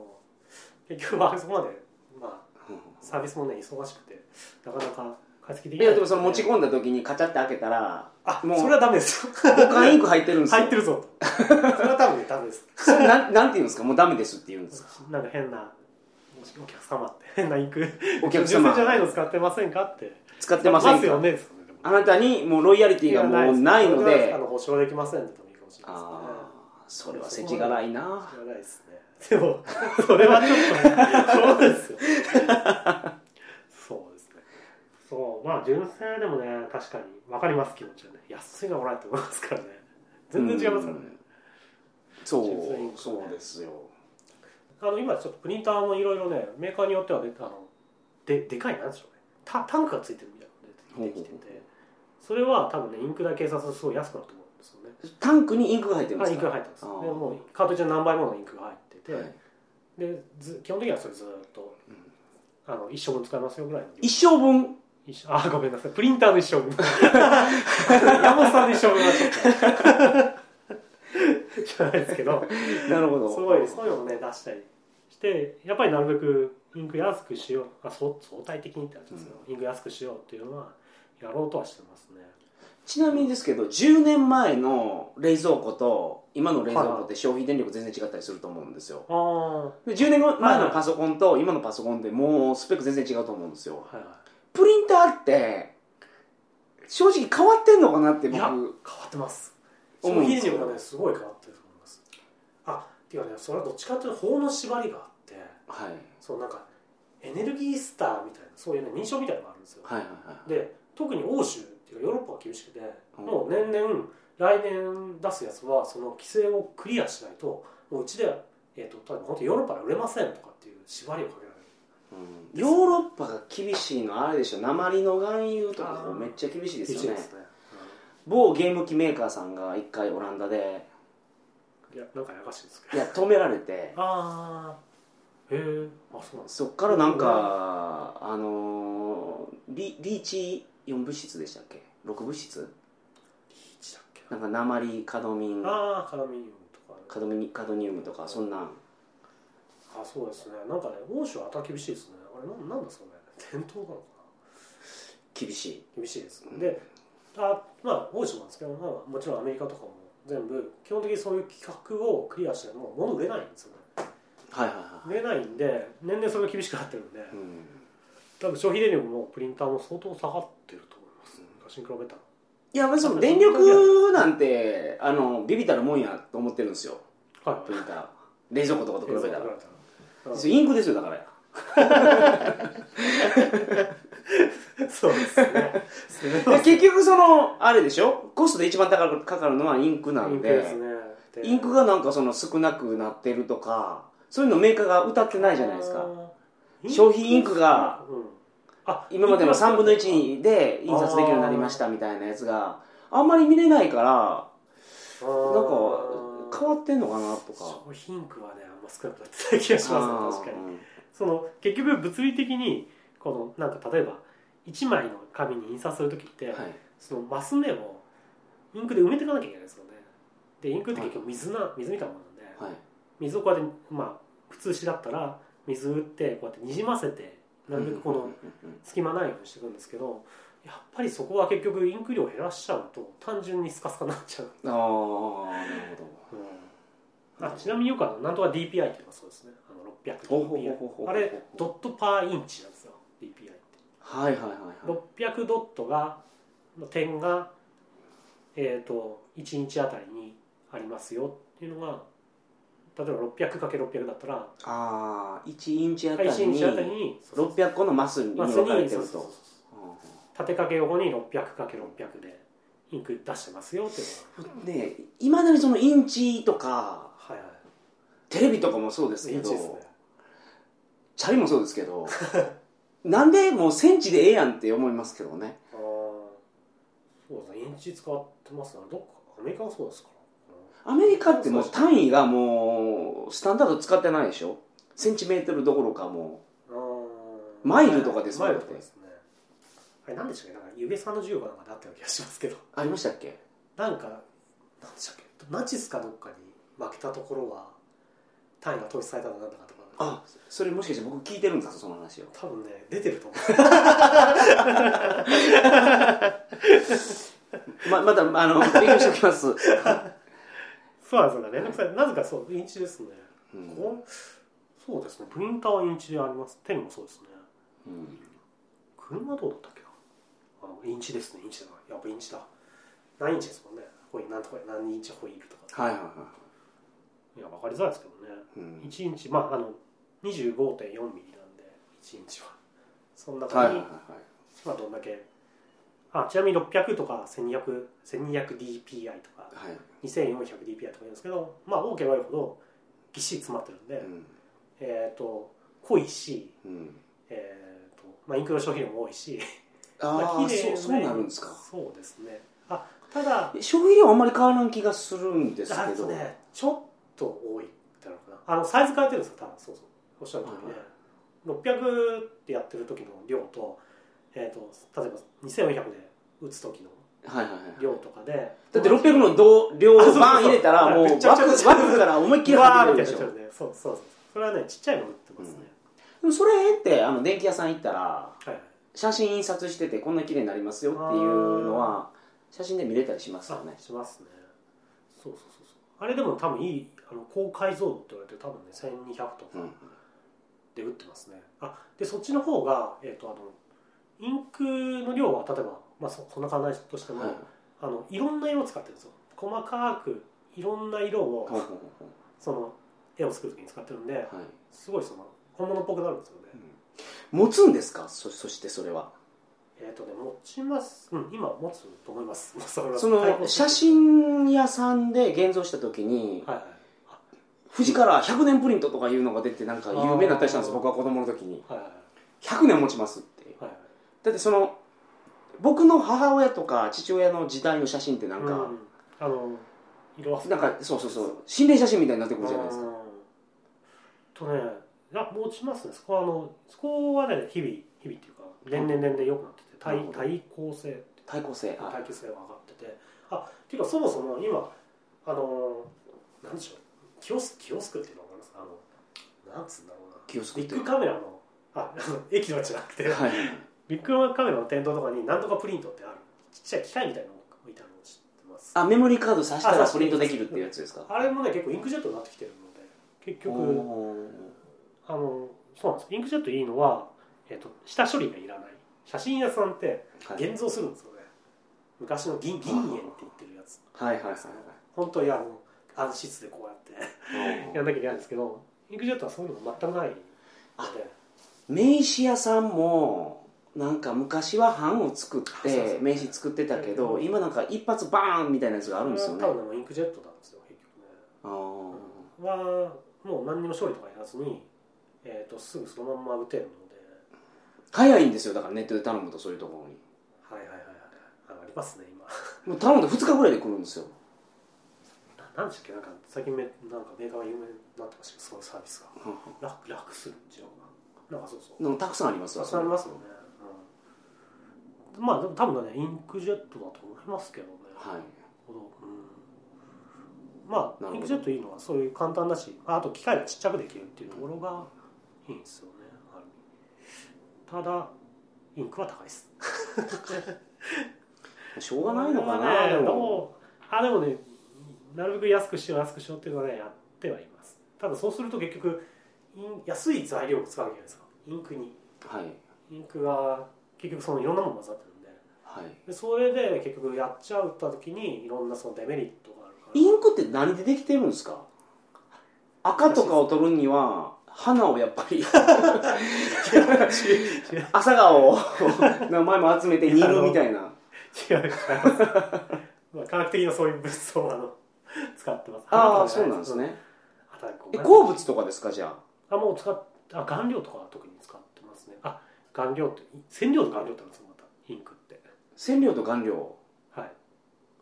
Speaker 2: 結局はそ こまでまあサービスもね忙しくてなかなか解析でき
Speaker 1: い
Speaker 2: ない
Speaker 1: やでもその持ち
Speaker 2: ん
Speaker 1: 込んだ時にカチャって開けたら
Speaker 2: あ
Speaker 1: もう
Speaker 2: それはダ メです
Speaker 1: 交換インク入ってるんですよ
Speaker 2: 入ってるぞとそれは多分ねダメです
Speaker 1: それなんなんて言うんですかもうダメですって言うんです か
Speaker 2: なんか変なお客様って変なインク
Speaker 1: お客
Speaker 2: 純
Speaker 1: 様
Speaker 2: 正じゃないの使ってませんかって
Speaker 1: 使ってません
Speaker 2: すよ
Speaker 1: か
Speaker 2: ねですよねでも
Speaker 1: あなたにもうロイヤリティがもうないの
Speaker 2: それ
Speaker 1: で
Speaker 2: はあの保証できませんって言ってもいいかもしれない
Speaker 1: ああそれは世知がないな
Speaker 2: ですね知らないですねでもそれはちょっとねそうですよそうですねそうまあ純正でもね確かに分かります気持ちはね安いのもらえと思いますからね全然違いますからね
Speaker 1: うんそう
Speaker 2: 純粋に
Speaker 1: そうですよ
Speaker 2: あの今ちょっとプリンターもいろいろねメーカーによってはであのででかいなんでしょうねタタンクがついてるみたいなのが出て出てき
Speaker 1: ほう
Speaker 2: ててそれは多分ねインク代計算するとすごい安くなると思うんですよね
Speaker 1: タンクにインクが入ってるんで
Speaker 2: あイ
Speaker 1: す
Speaker 2: ンクが
Speaker 1: か
Speaker 2: 入ってますで
Speaker 1: あー
Speaker 2: もうカートリッジの何倍ものインクが入ってて、
Speaker 1: はい
Speaker 2: でず基本的にはそれずっと
Speaker 1: うん
Speaker 2: あの一生分使えますよぐらいの
Speaker 1: 一生分
Speaker 2: 一生あごめんなさいプリンターの一生分山本さんの一生分はちょっとじゃないですけど
Speaker 1: なるほど
Speaker 2: すごいそういうのをね出したりしてやっぱりなるべくインク安くしようあそう相対的にってやつですよ、インク安くしようっていうのはやろうとはしてますね
Speaker 1: ちなみにですけど10年前の冷蔵庫と今の冷蔵庫って消費電力全然違ったりすると思うんですよ
Speaker 2: ああは
Speaker 1: で10年前のパソコンと今のパソコンでもうスペック全然違うと思うんですよ
Speaker 2: いはい
Speaker 1: プリンターって正直変わってんのかなって
Speaker 2: いや
Speaker 1: 僕
Speaker 2: 変わってます
Speaker 1: 思う
Speaker 2: 消
Speaker 1: んで
Speaker 2: 費
Speaker 1: すよ
Speaker 2: 電力がねすごい変わってると思いますあっていうかねそれはどっちかっていうと法の縛りがあって
Speaker 1: はい
Speaker 2: そうなんかエネルギースターみたいなそういうね認証みたいなのがあるんですよ
Speaker 1: はいはいはい
Speaker 2: で特に欧州っていうかヨーロッパは厳しくて、
Speaker 1: うん
Speaker 2: もう年々来年出すやつはその規制をクリアしないともううちで、えー、と例えば本当ヨーロッパで売れませんとかっていう縛りをかけら
Speaker 1: う
Speaker 2: れる
Speaker 1: んヨーロッパが厳しいのはあれでしょ鉛の含有とか
Speaker 2: あー
Speaker 1: めっちゃ厳しいですよね
Speaker 2: ね、
Speaker 1: 某ゲーム機メーカーさんが一回オランダで
Speaker 2: うんいやなんかやらかしいですけ
Speaker 1: い
Speaker 2: ど
Speaker 1: や止められて
Speaker 2: ああへえあそうなんです
Speaker 1: そっからなんか、あのーリリーチ4物質でしたっけ6物質
Speaker 2: リーチだっけ
Speaker 1: なんか鉛カドミン
Speaker 2: ああカドミウムとかね、
Speaker 1: カドミニカドニウムとかそんなん
Speaker 2: あそうですねなんかね欧州はあた厳しいですねあれなんなんですかね伝統なのかな
Speaker 1: 厳しい
Speaker 2: 厳しいです、
Speaker 1: うん
Speaker 2: であまあ欧州なんですけど、まあ、もちろんアメリカとかも全部基本的にそういう規格をクリアしても物売れないんですよね
Speaker 1: はいはいは
Speaker 2: 売れないんで年々それが厳しくなってるんで、
Speaker 1: い、うん、
Speaker 2: 多分消費電力もプリンターも相当下がってると思います昔に比べたら
Speaker 1: いやその電力なんてあのビビたるもんやと思ってるんですよ
Speaker 2: は
Speaker 1: プリンター冷蔵庫とかと比べたら
Speaker 2: うん
Speaker 1: インクですよだから
Speaker 2: そうですね
Speaker 1: いや結局そのあれでしょコストで一番高くかかるのはインク な
Speaker 2: イ
Speaker 1: ん
Speaker 2: ンク
Speaker 1: で
Speaker 2: ですねで
Speaker 1: インクがなんかその少なくなってるとかそういうのメーカーが歌ってないじゃないですか
Speaker 2: あー
Speaker 1: 消費インクが、
Speaker 2: うんあ
Speaker 1: 今までの3分の
Speaker 2: イン
Speaker 1: 1で印刷できるようになりましたみたいなやつがあんまり見れないから
Speaker 2: クあ
Speaker 1: なん
Speaker 2: ー
Speaker 1: か変わってんのかなとか
Speaker 2: 商品区はねあんま少なくなってない気がしますね確かにその結局物理的にこのなんか例えば1枚の紙に印刷する時って、
Speaker 1: あーうんはい
Speaker 2: そのマス目をインクで埋めていかなきゃいけないですよねでインクって結局水な、水みたいなものなんで、
Speaker 1: はい
Speaker 2: 水をこうやってまあ普通紙だったら水打ってこうやってにじませてなるべくこ
Speaker 1: うん
Speaker 2: の隙間ないようにしていくんですけどやっぱりそこは結局インク量を減らしちゃうと単純にスカスカになっちゃう、
Speaker 1: ああなる
Speaker 2: あちなみによくあのなんとか DPI っていうのがそうですねあの600
Speaker 1: ほど
Speaker 2: DPI あれドットパーインチなんですよ DPI って
Speaker 1: はいはいはいはい
Speaker 2: 600ドットがの点が、えー、と1日あたりにありますよっていうのが例えば 600×600 だったら
Speaker 1: ああ1インチあたり
Speaker 2: 1
Speaker 1: に
Speaker 2: 日あたりにそうそう
Speaker 1: 600個のマスに
Speaker 2: まあ
Speaker 1: 分
Speaker 2: そ
Speaker 1: か
Speaker 2: れ
Speaker 1: れ
Speaker 2: に
Speaker 1: て
Speaker 2: そう
Speaker 1: る
Speaker 2: そうそう
Speaker 1: と
Speaker 2: 縦掛け横に 600×600 でインク出してますよっていう
Speaker 1: うんでいまだにそのインチとか
Speaker 2: のがはいはい
Speaker 1: テレビとかもそうですけ
Speaker 2: イン
Speaker 1: ど
Speaker 2: チですね
Speaker 1: チャリもそうですけど なんでもうセンチでええやんって思いますけどね
Speaker 2: ああそうですねインチ使ってますねどっかアメリカはそうですから
Speaker 1: アメリカってもう単位がもうスタンダード使ってないでしょセンチメートルどころかも
Speaker 2: あー
Speaker 1: マイルとかですもん
Speaker 2: マ
Speaker 1: ね
Speaker 2: イルとかですねあれ何でしたっけなんかゆべさんの授業かなんかであったような気がしますけど
Speaker 1: うありましたっけ
Speaker 2: なんか何でしたっけナチスかどっかに負けたところは単位が統一されたのなんだかとか
Speaker 1: あそれもしかして僕聞いてるんですかその話を
Speaker 2: 多分ね出てると思
Speaker 1: ままたあの勉強しておき ます、
Speaker 2: う そうなんですよね連絡されなぜかそうインチですね、
Speaker 1: うん
Speaker 2: こうそうですねプリンターはインチでありますペンもそうですね
Speaker 1: うん
Speaker 2: 車どうだったっけなあインチですねインチだなやっぱインチだ何インチですもんねホイ何とか何インチホイールとか
Speaker 1: はいはいはい
Speaker 2: や分かりづらいですけどね
Speaker 1: い、うん
Speaker 2: 1インチまああの25.4ミリなんで1インチはその
Speaker 1: はい
Speaker 2: 中
Speaker 1: はい
Speaker 2: に、
Speaker 1: はいはい
Speaker 2: まあどんだけあちなみに600とか 12001200dpi とか
Speaker 1: はい
Speaker 2: 2400dpi とか言うんですけどまあ多ければ多いほどぎっしり詰まってるんで、
Speaker 1: うん
Speaker 2: えっ、と濃いし
Speaker 1: うん
Speaker 2: えっ、とまあインクの消費量も多いし
Speaker 1: ああ
Speaker 2: 綺麗
Speaker 1: そうそ
Speaker 2: な
Speaker 1: うなるんですか
Speaker 2: そうですねあただ
Speaker 1: 消費量あんまり変わらん気がするんです
Speaker 2: あ
Speaker 1: け
Speaker 2: と
Speaker 1: ど、
Speaker 2: ねちょっと多いってなのかなあのサイズ変えてるんですよ多分そうそうおっしゃる通りね、600ってやってる時の量と,、えー、と例えば2400で打つ時の
Speaker 1: はいはいはい
Speaker 2: 量とかで
Speaker 1: だって600の同量
Speaker 2: あそ
Speaker 1: を
Speaker 2: うそう
Speaker 1: バン入れたら
Speaker 2: はい
Speaker 1: もう
Speaker 2: め
Speaker 1: 枠
Speaker 2: っちゃめちゃめちゃ
Speaker 1: 枠から思いっきり
Speaker 2: わ
Speaker 1: 入
Speaker 2: ー
Speaker 1: れ
Speaker 2: み
Speaker 1: るで
Speaker 2: たいに
Speaker 1: し
Speaker 2: なっちゃ
Speaker 1: ょ
Speaker 2: うねそうそうそうそれはねちっちゃいの打ってますね、
Speaker 1: でもそれってあの電気屋さん行ったら
Speaker 2: はい
Speaker 1: 写真印刷しててこんな綺麗になりますよっていうのは写真で見れたりしますよね
Speaker 2: あしますねそうそうそうそうあれでも多分いいあの高解像度って言われてる多分ね1200と
Speaker 1: う
Speaker 2: か、
Speaker 1: ん
Speaker 2: で打ってますねあでそっちの方が、えー、とあのインクの量は例えば、まあ、そそんな考えとしても、
Speaker 1: はい
Speaker 2: あのいろんな色を使ってるんですよ細かくいろんな色を、
Speaker 1: ほうほうほうほ
Speaker 2: その絵を作る時に使ってるんで
Speaker 1: うはい
Speaker 2: すごいその本物っぽくなるんですよね、
Speaker 1: 持つんですかそそしてそれは
Speaker 2: えっ、とね持ちますうん今持つと思います それは
Speaker 1: そ
Speaker 2: 解放
Speaker 1: の
Speaker 2: する
Speaker 1: 写真屋さんで現像した時に
Speaker 2: はいはい
Speaker 1: 富士から100年プリントとかいうのが出てなんか有名になったりしたんです
Speaker 2: あー
Speaker 1: 僕は子供の時に
Speaker 2: はいはい
Speaker 1: 100年持ちますって
Speaker 2: はいはい
Speaker 1: だってその僕の母親とか父親の時代の写真ってなん
Speaker 2: う
Speaker 1: か、
Speaker 2: んあの色あせ
Speaker 1: なんかそうそうそう心霊写真みたいになってくるじゃないですか
Speaker 2: うんとねいや持ちますねそこはあのそこはね日々日々っていうか年々年々良くなってて
Speaker 1: な
Speaker 2: 対
Speaker 1: るほど
Speaker 2: 対抗性って
Speaker 1: 対抗性あ
Speaker 2: 耐久性が上がっててあっていうかそもそも今あのなんでしょうキオスキオスクっていうのわかりますあのなんつうんだろうな
Speaker 1: 気をつけ
Speaker 2: ビッ
Speaker 1: て
Speaker 2: グカメラのああの駅のじゃなくて
Speaker 1: はい
Speaker 2: ビッグカメラの店頭とかになんとかプリントってあるちっちゃい機械みたいなのが置いてあるの知ってます
Speaker 1: あメモリーカード挿した
Speaker 2: あ挿
Speaker 1: ら
Speaker 2: して
Speaker 1: プリントできるっていうやつですか
Speaker 2: あれもね結構インクジェットになってきてるので結局
Speaker 1: おー
Speaker 2: あのそうなんですインクジェットいいのは、えっと下処理がいらない写真屋さんって
Speaker 1: はい
Speaker 2: 現像するんですよね、昔の銀銀塩って言ってるやつ
Speaker 1: はいはいはい
Speaker 2: 本当にあの暗室でこうや って
Speaker 1: はい
Speaker 2: やんなきゃいけないんですけどインクジェットはそういうのが全くないので
Speaker 1: あ名刺屋さんもなんか昔は版を作っ
Speaker 2: あそうそ
Speaker 1: て
Speaker 2: う
Speaker 1: 名刺作ってたけど
Speaker 2: うん
Speaker 1: 今なんか一発バーンみたいなやつがあるんですよね
Speaker 2: 多分でもインクジェットなんですよ結局ね
Speaker 1: あー
Speaker 2: はもう何にも処理とかやらずに、えっとすぐそのまんま打てるので
Speaker 1: 早いんですよだからネットで頼むとそういうところに
Speaker 2: はいはいはいはいあありますね今
Speaker 1: もう頼んで2日ぐらいで来るんですよ
Speaker 2: ななんでしたっけなんか最近めなんかメーカーが有名になってましたけどそのサービスが
Speaker 1: うん
Speaker 2: 楽楽するんちゃうかななんかそうそう
Speaker 1: でもたくさんあります
Speaker 2: た
Speaker 1: わ
Speaker 2: くさんありますよね、うん、まあでも多分ねインクジェットだと思いますけどね、
Speaker 1: はい
Speaker 2: ほどうん、ま
Speaker 1: なるほど
Speaker 2: あインクジェットいいのはそういう簡単だしああと機械がちっちゃくできるっていうところがいいんですよねある意味ただインクは高いです
Speaker 1: しょうがないのか
Speaker 2: これは
Speaker 1: な
Speaker 2: ね
Speaker 1: でも
Speaker 2: どうあでもねなるべく安くしよう安くしようっていうのはねやってはいますただそうすると結局イン安い材料を使うじゃないですかインクに
Speaker 1: はい
Speaker 2: インクが結局そのいろんなもの混ざってるんで
Speaker 1: はい
Speaker 2: でそれで結局やっちゃうった時にいろんなそのデメリットがあるから
Speaker 1: インクって何でできてるんですか赤とかを取るには花をやっぱ り
Speaker 2: 違う違う
Speaker 1: 朝顔を 名前も集めて煮るみたいな
Speaker 2: 違う違う まあ科学的なそういう物質をあの使ってます
Speaker 1: ああそうなんですね
Speaker 2: あとはこう
Speaker 1: え鉱物とかですかじゃ
Speaker 2: あもう使っあ顔料とかは特に使ってますねあ顔料って染料と顔料ってあるんですよまたインクって
Speaker 1: あ染料と顔料
Speaker 2: はい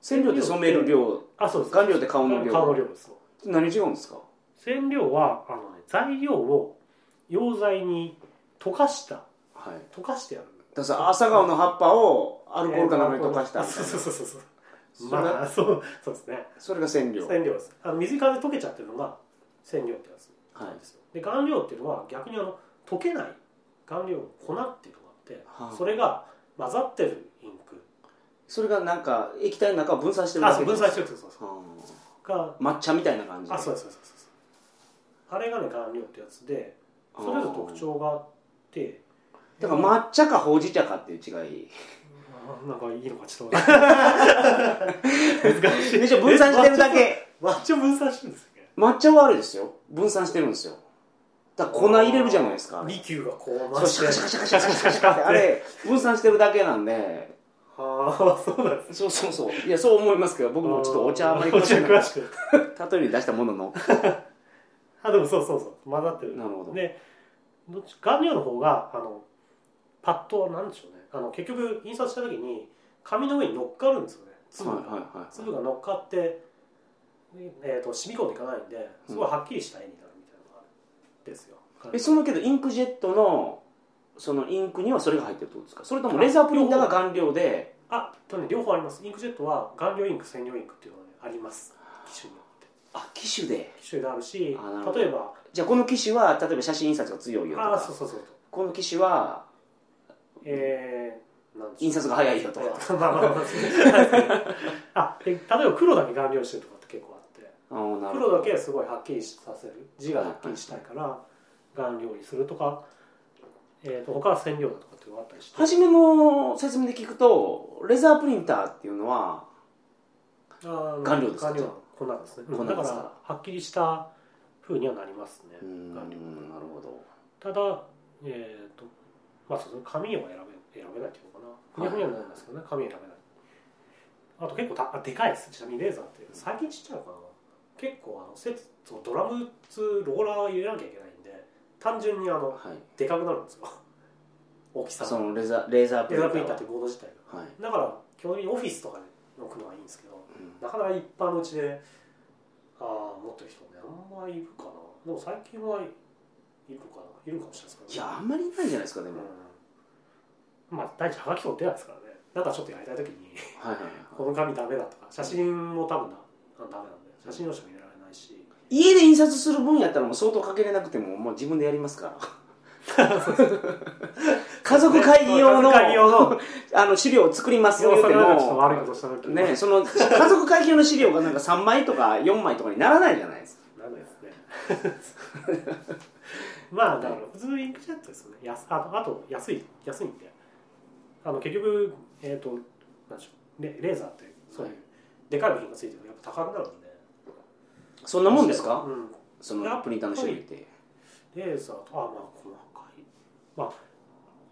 Speaker 1: 染料って染める量
Speaker 2: あそうです
Speaker 1: 顔料って顔の量
Speaker 2: 顔の量ですそう
Speaker 1: 何違うんですか
Speaker 2: 染料はあの、ね、材料を溶剤に溶かした
Speaker 1: はい
Speaker 2: 溶かしてある
Speaker 1: だから朝顔の葉っぱをアルコールかなんかに溶かした
Speaker 2: あ
Speaker 1: みた
Speaker 2: そ
Speaker 1: いうな
Speaker 2: そうそ
Speaker 1: それ
Speaker 2: うそうそうまあそうそうですね
Speaker 1: それが染料はい
Speaker 2: 染料ですあの水から溶けちゃってるのが染料ってやつなんですよ、で顔料っていうのは逆にあの溶けない顔料の粉っていうのがあっ
Speaker 1: はあ
Speaker 2: てそれが混ざってるインク
Speaker 1: それがなんか液体の中を分散してる
Speaker 2: あ
Speaker 1: だ
Speaker 2: そ
Speaker 1: け
Speaker 2: う分散してるそうそうそう
Speaker 1: うん
Speaker 2: が
Speaker 1: 抹茶みたいな感じで
Speaker 2: あそうですそうですそうですあれがね顔料ってやつでそれぞれ特徴があって
Speaker 1: だから抹茶かほうじ茶かっていう違 い
Speaker 2: あなんかいいのかちょっとわかんない難しい
Speaker 1: めっちゃ分散してるだけ
Speaker 2: 抹茶分散してるんですよね
Speaker 1: 抹茶はあれですよ分散してるんですよだから粉入れるじゃないですかあれ
Speaker 2: 利休がこう
Speaker 1: そう
Speaker 2: 回
Speaker 1: シ
Speaker 2: し
Speaker 1: ャ
Speaker 2: て
Speaker 1: カシャカシャカシャカシャカシャカって
Speaker 2: あ
Speaker 1: あ
Speaker 2: れ
Speaker 1: れ分散してるだけなんで
Speaker 2: ああそうなんです
Speaker 1: そうそうそういやそう思いますけど僕もちょっとお茶あまり詳しくな
Speaker 2: お茶詳
Speaker 1: い
Speaker 2: しく
Speaker 1: 例えに出したものの
Speaker 2: あでもそうそうそう混ざってる
Speaker 1: なるほど
Speaker 2: でどっち顔料の方があのパッとなんでしょうねあの結局印刷した時に紙の上に乗っかるんですよね粒が、
Speaker 1: はいはいはい
Speaker 2: 粒が乗っかって、えー、と染み込んでいかないんで
Speaker 1: うん
Speaker 2: すごいはっきりした絵になるみたいなのがあるんですよ、
Speaker 1: えそのけどインクジェットのそのインクにはそれが入ってるってことですかそれともレザープリンターが顔料で
Speaker 2: あとね両方ありますインクジェットは顔料インク染料インクっていうのが、ね、あります機種によって
Speaker 1: あ機種で
Speaker 2: 機種があるし
Speaker 1: あなるほど
Speaker 2: 例えば
Speaker 1: じゃあこの機種は例えば写真印刷が強いよと
Speaker 2: ああそう
Speaker 1: か
Speaker 2: そうそう
Speaker 1: この機種は
Speaker 2: えー、なんでしょう
Speaker 1: 印刷が早いよとか
Speaker 2: まあまあまああで例えば黒だけ顔料してるとかって結構あって
Speaker 1: あーなるほ
Speaker 2: 黒
Speaker 1: ど
Speaker 2: だけすごいはっきりさせる字がはっきりしたいから顔料にするとか、えー、と他は染料だとかっていうのがあったりして
Speaker 1: 初めの説明で聞くとレザープリンターっていうのは顔
Speaker 2: 顔
Speaker 1: 料ですか
Speaker 2: 顔料は粉ですね
Speaker 1: 粉ですか
Speaker 2: だからはっきりした風にはなりますね
Speaker 1: うーんな
Speaker 2: 顔
Speaker 1: る
Speaker 2: 料
Speaker 1: ほど
Speaker 2: ただえっ、とまあその紙を選べ選べないっていうのか
Speaker 1: はい
Speaker 2: な逆にはならないですけどね紙を選べないあと結構たあでかいですちなみにレーザーって最近ちっちゃいのかな結構あのセットドラムツローラーを入れなきゃいけないんで単純にあの
Speaker 1: はい
Speaker 2: でかくなるんですよ 大きさ
Speaker 1: あ
Speaker 2: が
Speaker 1: そのレザーレーザープ
Speaker 2: レ
Speaker 1: リンタ
Speaker 2: ザープ
Speaker 1: ー
Speaker 2: リンター
Speaker 1: は
Speaker 2: っていうボード自体
Speaker 1: はい
Speaker 2: がだから基本的にオフィスとかで置くのはいいんですけど
Speaker 1: うん
Speaker 2: なかなか一般のうちでああ持ってる人ねあんまりいるかなでも最近はいるかないるかもしれないです
Speaker 1: い
Speaker 2: けどね
Speaker 1: やあんまりいないんじゃないですかでも
Speaker 2: うん、まあ第一はがき取ってないですからねなんかちょっとやりたい時に
Speaker 1: はいはいはい
Speaker 2: この紙ダメだとか写真も多分なあダメなんで写真用紙も入れられないし
Speaker 1: 家で印刷する分やったらもう相当かけれなくてももう自分でやりますから 家族会議用の
Speaker 2: 家族会議用の
Speaker 1: あの資料を作ります
Speaker 2: 要
Speaker 1: よっ
Speaker 2: はそ
Speaker 1: て
Speaker 2: れなんかちょっと
Speaker 1: も
Speaker 2: 悪いことした時に
Speaker 1: ねその家族会議用の資料がなんか3枚とか4枚とかにならないじゃないですか
Speaker 2: ダメですね まあだから普通インクジェットですね安あとあと安い安いんであの結局えっ、となんでしょうレレーザーってそういう
Speaker 1: はい
Speaker 2: でかい部品がついてるとやっぱ高くなるんで
Speaker 1: そんなもんですか
Speaker 2: うん
Speaker 1: そのプリンターの種類って
Speaker 2: レーザーとあまあ細かいまあ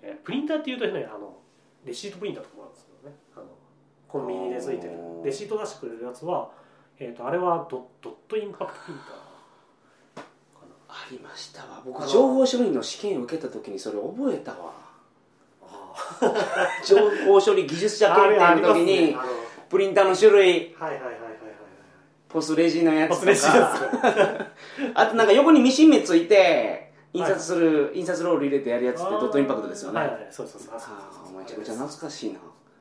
Speaker 2: えプリンターっていうとねあのレシートプリンターとかもあるんですけどねあのコンビニで付いてる
Speaker 1: おー
Speaker 2: レシート出してくれるやつは、えー、とあれはドドットインパクトプリンターかな
Speaker 1: ありましたわ
Speaker 2: あ
Speaker 1: 僕
Speaker 2: の
Speaker 1: 情報処理の試験受けた時にそれ覚えたわ
Speaker 2: あ
Speaker 1: 情報処理技術者
Speaker 2: あれ
Speaker 1: 検定
Speaker 2: あり
Speaker 1: の
Speaker 2: ま
Speaker 1: 時
Speaker 2: すね
Speaker 1: に
Speaker 2: あの
Speaker 1: プリンターの種類
Speaker 2: はいはいはいはいはい
Speaker 1: ポスレジのや
Speaker 2: はい
Speaker 1: つ
Speaker 2: 忘れ
Speaker 1: と
Speaker 2: ちゃ
Speaker 1: かあとなんか横にミシン目ついて印刷する、印刷ロール入れてやるやつってドットインパクトですよね、
Speaker 2: はいはいそうそうそうあそう
Speaker 1: あ
Speaker 2: そう
Speaker 1: あ
Speaker 2: そう
Speaker 1: めちゃくちゃ懐かしいな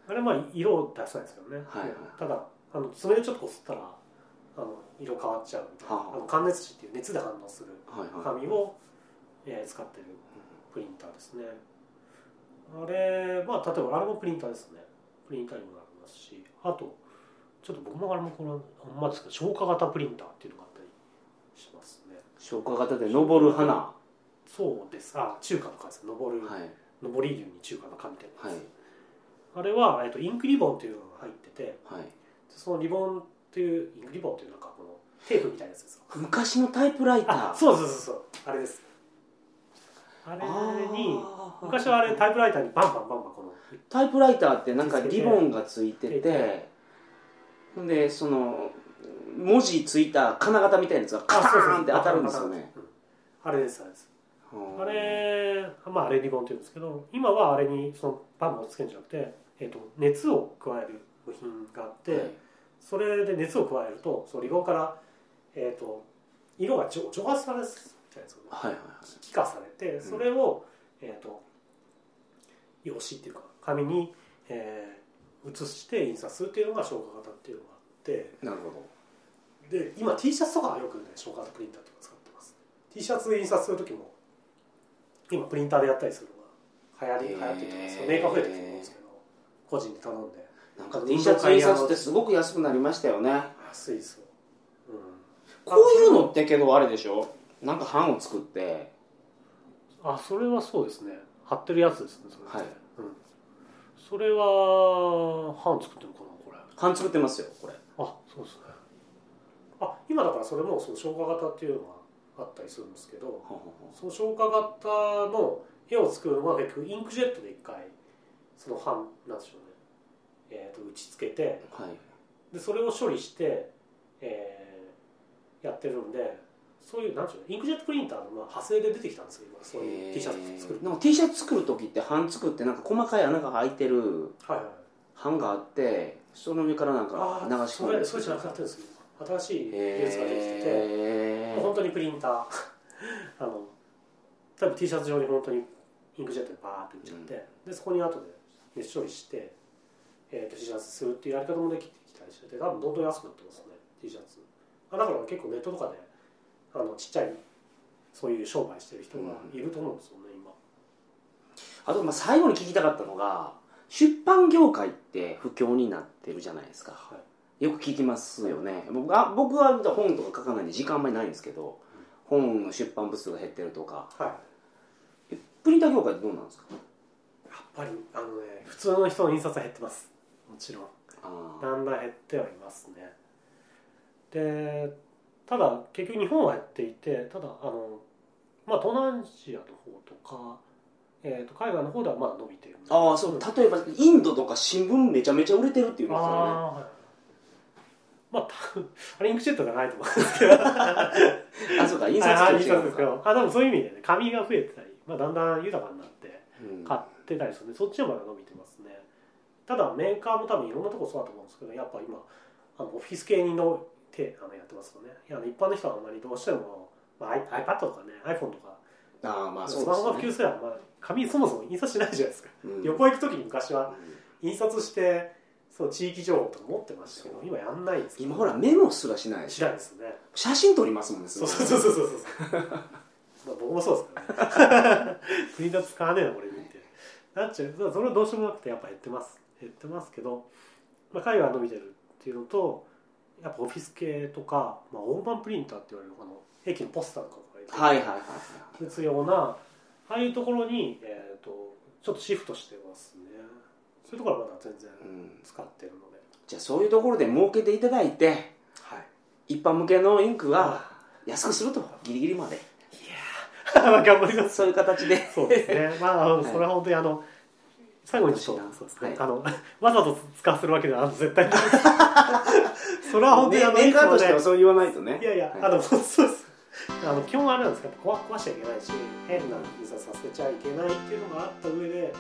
Speaker 2: あれまあ色を出さないですけどね、
Speaker 1: はいはい
Speaker 2: ただあの爪でちょっとこすったらあの色変わっちゃうみたいな、
Speaker 1: はあ
Speaker 2: あの感熱紙っていう熱で反応する
Speaker 1: はいはい
Speaker 2: 紙を、えー使ってるプリンターですねあれまあ例えばあれもプリンターですねプリンターにもなりますしあとちょっと僕もあれもこのあんまですけど消化型プリンターっていうのがあったりしますね
Speaker 1: 消化型で登る花は
Speaker 2: そうですあ中華の会ですね登
Speaker 1: い
Speaker 2: る上り流に中華の缶みたい
Speaker 1: は
Speaker 2: な
Speaker 1: い
Speaker 2: やつ、あれは、えっと、インクリボンというのが入ってて
Speaker 1: はい
Speaker 2: そのリボンっていうインクリボンっていうなんかこのテープみたいなやつですよ
Speaker 1: 昔のタイプライター
Speaker 2: あそうそうそうそうあれですあれに昔はあれ
Speaker 1: タイ
Speaker 2: タイプライターにバンバンバンバンこの
Speaker 1: タイプライターってなんか
Speaker 2: つけて
Speaker 1: リボンがついてて
Speaker 2: つけて
Speaker 1: ほんでその文字ついた金型みたいなやつがカターンって当たるんですよね、
Speaker 2: うんあれですあれです
Speaker 1: うん
Speaker 2: あれまああれリボンっていうんですけど今はあれにそのバンバンつけるんじゃなくて、えっと熱を加える部品があって、
Speaker 1: はい
Speaker 2: それで熱を加えるとそのリボンから、えっと色が蒸蒸発されるじゃないですか
Speaker 1: はいはいはい
Speaker 2: 気化されてそれを、えー、と用紙っていうか紙に、えー写して印刷するっていうのが消化型っていうのがあって
Speaker 1: なるほ
Speaker 2: で今 T シャツとかはよくね消化型プリンターとか使ってます T シャツ印刷する時も今プリンターでやったりするのが流行り流行ってると思うんですよ
Speaker 1: へー
Speaker 2: メーカー増えてると思うんですけど個人で頼んで
Speaker 1: どなんか T シャツ印刷ってすごく安くなりましたよね
Speaker 2: 安いですよ、うん、
Speaker 1: こういうのってけどあれでしょなんか版を作って
Speaker 2: あそれはそうですね貼ってるやつですねそれって
Speaker 1: はい
Speaker 2: うん、それは版作ってるのかなこれ
Speaker 1: 版作ってますよこれ
Speaker 2: あそうですねあ今だからそれもその消化型っていうのがあったりするんですけどその消化型の絵を作るのは結局インクジェットで一回その版なんでしょうね、えー、と打ち付けて
Speaker 1: はい
Speaker 2: でそれを処理して、えーやってるんでそういうなんでしょうねインクジェットプリンターのまあ派生で出てきたんですよ今そういう T シャツ作る
Speaker 1: なんか T シャツ作る時って版作ってなんか細かい穴が開いてる
Speaker 2: はいはい
Speaker 1: 版があってその上からなんか
Speaker 2: あ
Speaker 1: 流
Speaker 2: あ
Speaker 1: し
Speaker 2: そ
Speaker 1: 込んで
Speaker 2: れそれじゃなくなってるんですよ新しい技術ができてて
Speaker 1: へ
Speaker 2: もう本当にプリンター あの多分 T シャツ上に本当にインクジェットでバーって打っちゃって、でそこに後で熱処理して、えー、と T シャツするっていうやり方もできてきたりしてて多分どんどん安くなってますね T シャツあだから結構ネットとかであのちっちゃいそういう商売してる人がいると思うんですよね、今
Speaker 1: あとまあ最後に聞きたかったのが出版業界って不況になってるじゃないですか
Speaker 2: はい
Speaker 1: よく聞きますよね僕あ僕は本とか書かないんで時間あんまりないんですけど本の出版部数が減ってるとか
Speaker 2: はい
Speaker 1: プリンター業界ってどうなんですか
Speaker 2: やっぱりあのね普通の人の印刷は減ってますもちろん
Speaker 1: あー
Speaker 2: だんだん減ってはいますねでただ結局日本は減っていてただあの、まあ、東南アジアの方とか、えー、と海外の方ではまだ伸びてる
Speaker 1: あーそう
Speaker 2: あ
Speaker 1: 例えばインドとか新聞めちゃめちゃ売れてるっていうんですよね
Speaker 2: あーまあ多分 あれインクジェットがないと思うんですけど
Speaker 1: あそうか印
Speaker 2: あ
Speaker 1: 刷
Speaker 2: ー
Speaker 1: 機
Speaker 2: 印
Speaker 1: と違う
Speaker 2: 刷で
Speaker 1: の
Speaker 2: す
Speaker 1: か
Speaker 2: けどあでもそういう意味でね紙が増えてたり、まあ、だんだん豊かになって
Speaker 1: うん
Speaker 2: 買ってたりするんでそっちの方が伸びてますねただメーカーも多分いろんなとこそうだと思うんですけどやっぱ今あのオフィス系にの手あのやってますよねいや一般の人はあんまりどうしても、まあ、iP- iPad とかね iPhone とか、
Speaker 1: ああまあそう
Speaker 2: スマホが普
Speaker 1: ですね
Speaker 2: 及すれば、まあ、紙そもそも印刷しないじゃないですか、
Speaker 1: うん
Speaker 2: 旅行行く時に昔は
Speaker 1: うん
Speaker 2: 印刷してそう地域情報とか持ってましたけど
Speaker 1: そう
Speaker 2: 今やんないんですよ
Speaker 1: 今ほらメモすらしないし
Speaker 2: しないですよね
Speaker 1: 写真撮りますもんね
Speaker 2: そうそうそう
Speaker 1: う
Speaker 2: そう そうそうまあ僕もそうですからね プリンター使わねえなこれ見てなっちゃうそうそれはどうしようもなくてやっぱ減ってます減ってますけど、まあ、海外は伸びてるっていうのとやっぱオフィス系とか、まあ、大盤プリンターって言われるあの駅のポスターとかとか
Speaker 1: はいはいはいはい
Speaker 2: 打つようなああいうところに、えー、とちょっとシフトしてますねそういうところはまだ全然
Speaker 1: うん
Speaker 2: 使ってるので、
Speaker 1: じゃあそういうところで儲けていただいて
Speaker 2: はい
Speaker 1: 一般向けのインクは安くするとギリギリまで
Speaker 2: ま あ頑張ります
Speaker 1: そういう形で
Speaker 2: そうです ね。まあ、あの
Speaker 1: はい
Speaker 2: それは本当にあの。最後にちょっと、そうですね。あの、わざと使わせるわけでは、あの、絶対 に。それは本当にあの、
Speaker 1: メー
Speaker 2: いつ
Speaker 1: カー
Speaker 2: も
Speaker 1: として
Speaker 2: ね
Speaker 1: はそう言わないとね
Speaker 2: いやいや、あの、そうです。あの、基本あれなんですけど、壊、壊しちゃいけないし、変な印刷させちゃいけないっていうのがあった上で。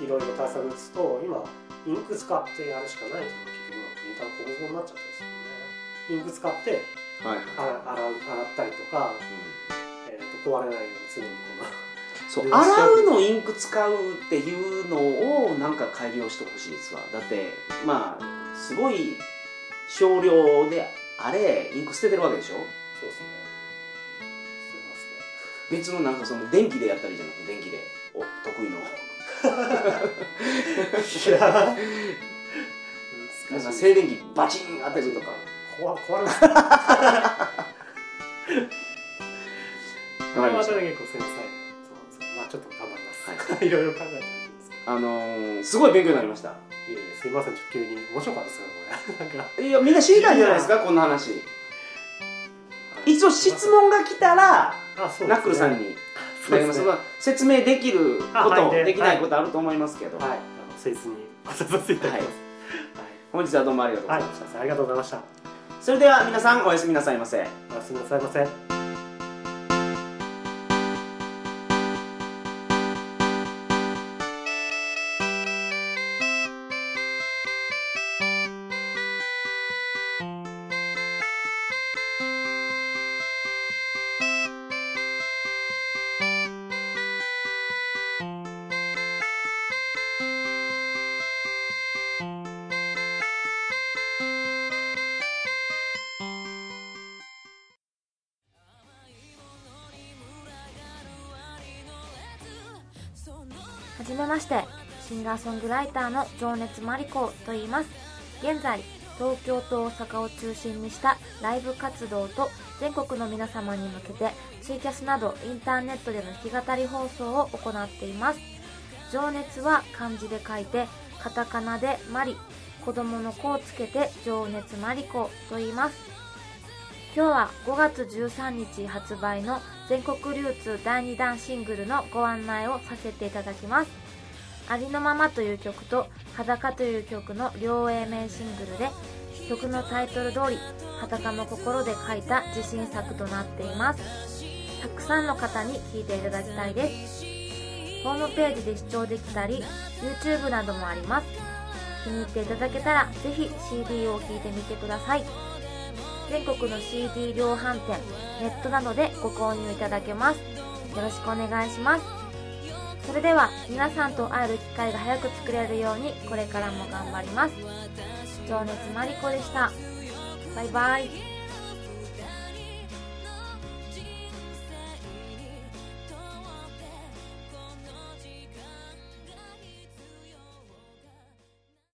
Speaker 2: いろいろ対策打つと、今、インク使ってやるしかないというのが、結局、プリンターの構造になっちゃってるんですよね。インク使って、
Speaker 1: はい
Speaker 2: あ洗う、洗ったりとか、えっ、と、壊れないように常にこの。
Speaker 1: そう
Speaker 2: で
Speaker 1: 洗うのインク使うっていうのをなんか改良してほしいですわだってまあすごい少量であれインク捨ててるわけでしょ
Speaker 2: そうです
Speaker 1: 別
Speaker 2: ね。捨てますね。
Speaker 1: のなんかその電気でやったりじゃなくて電気でお得意の
Speaker 2: いや
Speaker 1: なんか
Speaker 2: 難しい
Speaker 1: 静電気バチン当たるとか
Speaker 2: 壊壊れます こ
Speaker 1: わか
Speaker 2: れ
Speaker 1: り
Speaker 2: ま
Speaker 1: ました
Speaker 2: たね結構繊細そうなんですよまあちょっと頑張りますで
Speaker 1: は
Speaker 2: す、、
Speaker 1: い
Speaker 2: ろいろ考えたんですけ
Speaker 1: あのー、すごい勉強になりました
Speaker 2: どいえいえすいませんちょっと急に面白かったですけどこれなんか
Speaker 1: いやみんな知りたいじゃないですかこんな話一応質問が来たら
Speaker 2: あそうですね
Speaker 1: ナックルさんになります
Speaker 2: そうですね
Speaker 1: まあ説明できるこ
Speaker 2: あは
Speaker 1: と
Speaker 2: いで
Speaker 1: できないことあると思いますけど、
Speaker 2: はいあの誠実にご説明させていただきます
Speaker 1: 本日はどうもありがとうござ
Speaker 2: はいい、
Speaker 1: ま
Speaker 2: はい
Speaker 1: した、
Speaker 2: ありがとうございました
Speaker 1: それでは皆さんおやすみなさいませ
Speaker 2: おやすみなさいませ
Speaker 3: はじめましてシンガーソングライターの情熱マリコと言います現在東京と大阪を中心にしたライブ活動と全国の皆様に向けてツイキャスなどインターネットでの弾き語り放送を行っています情熱は漢字で書いてカタカナでマリ子供の子をつけて情熱マリコと言います今日は5月13日発売の全国流通第2弾シングルのご案内をさせていただきます「ありのまま」という曲と「裸」という曲の両 A 面シングルで曲のタイトル通り裸の心で書いた自信作となっていますたくさんの方に聴いていただきたいですホームページで視聴できたり YouTube などもあります気に入っていただけたらぜひ CD を聴いてみてください全国の CD 量販店ネットなどでご購入いただけますよろしくお願いしますそれでは皆さんと会える機会が早く作れるようにこれからも頑張ります情熱マリコでしたバイバイ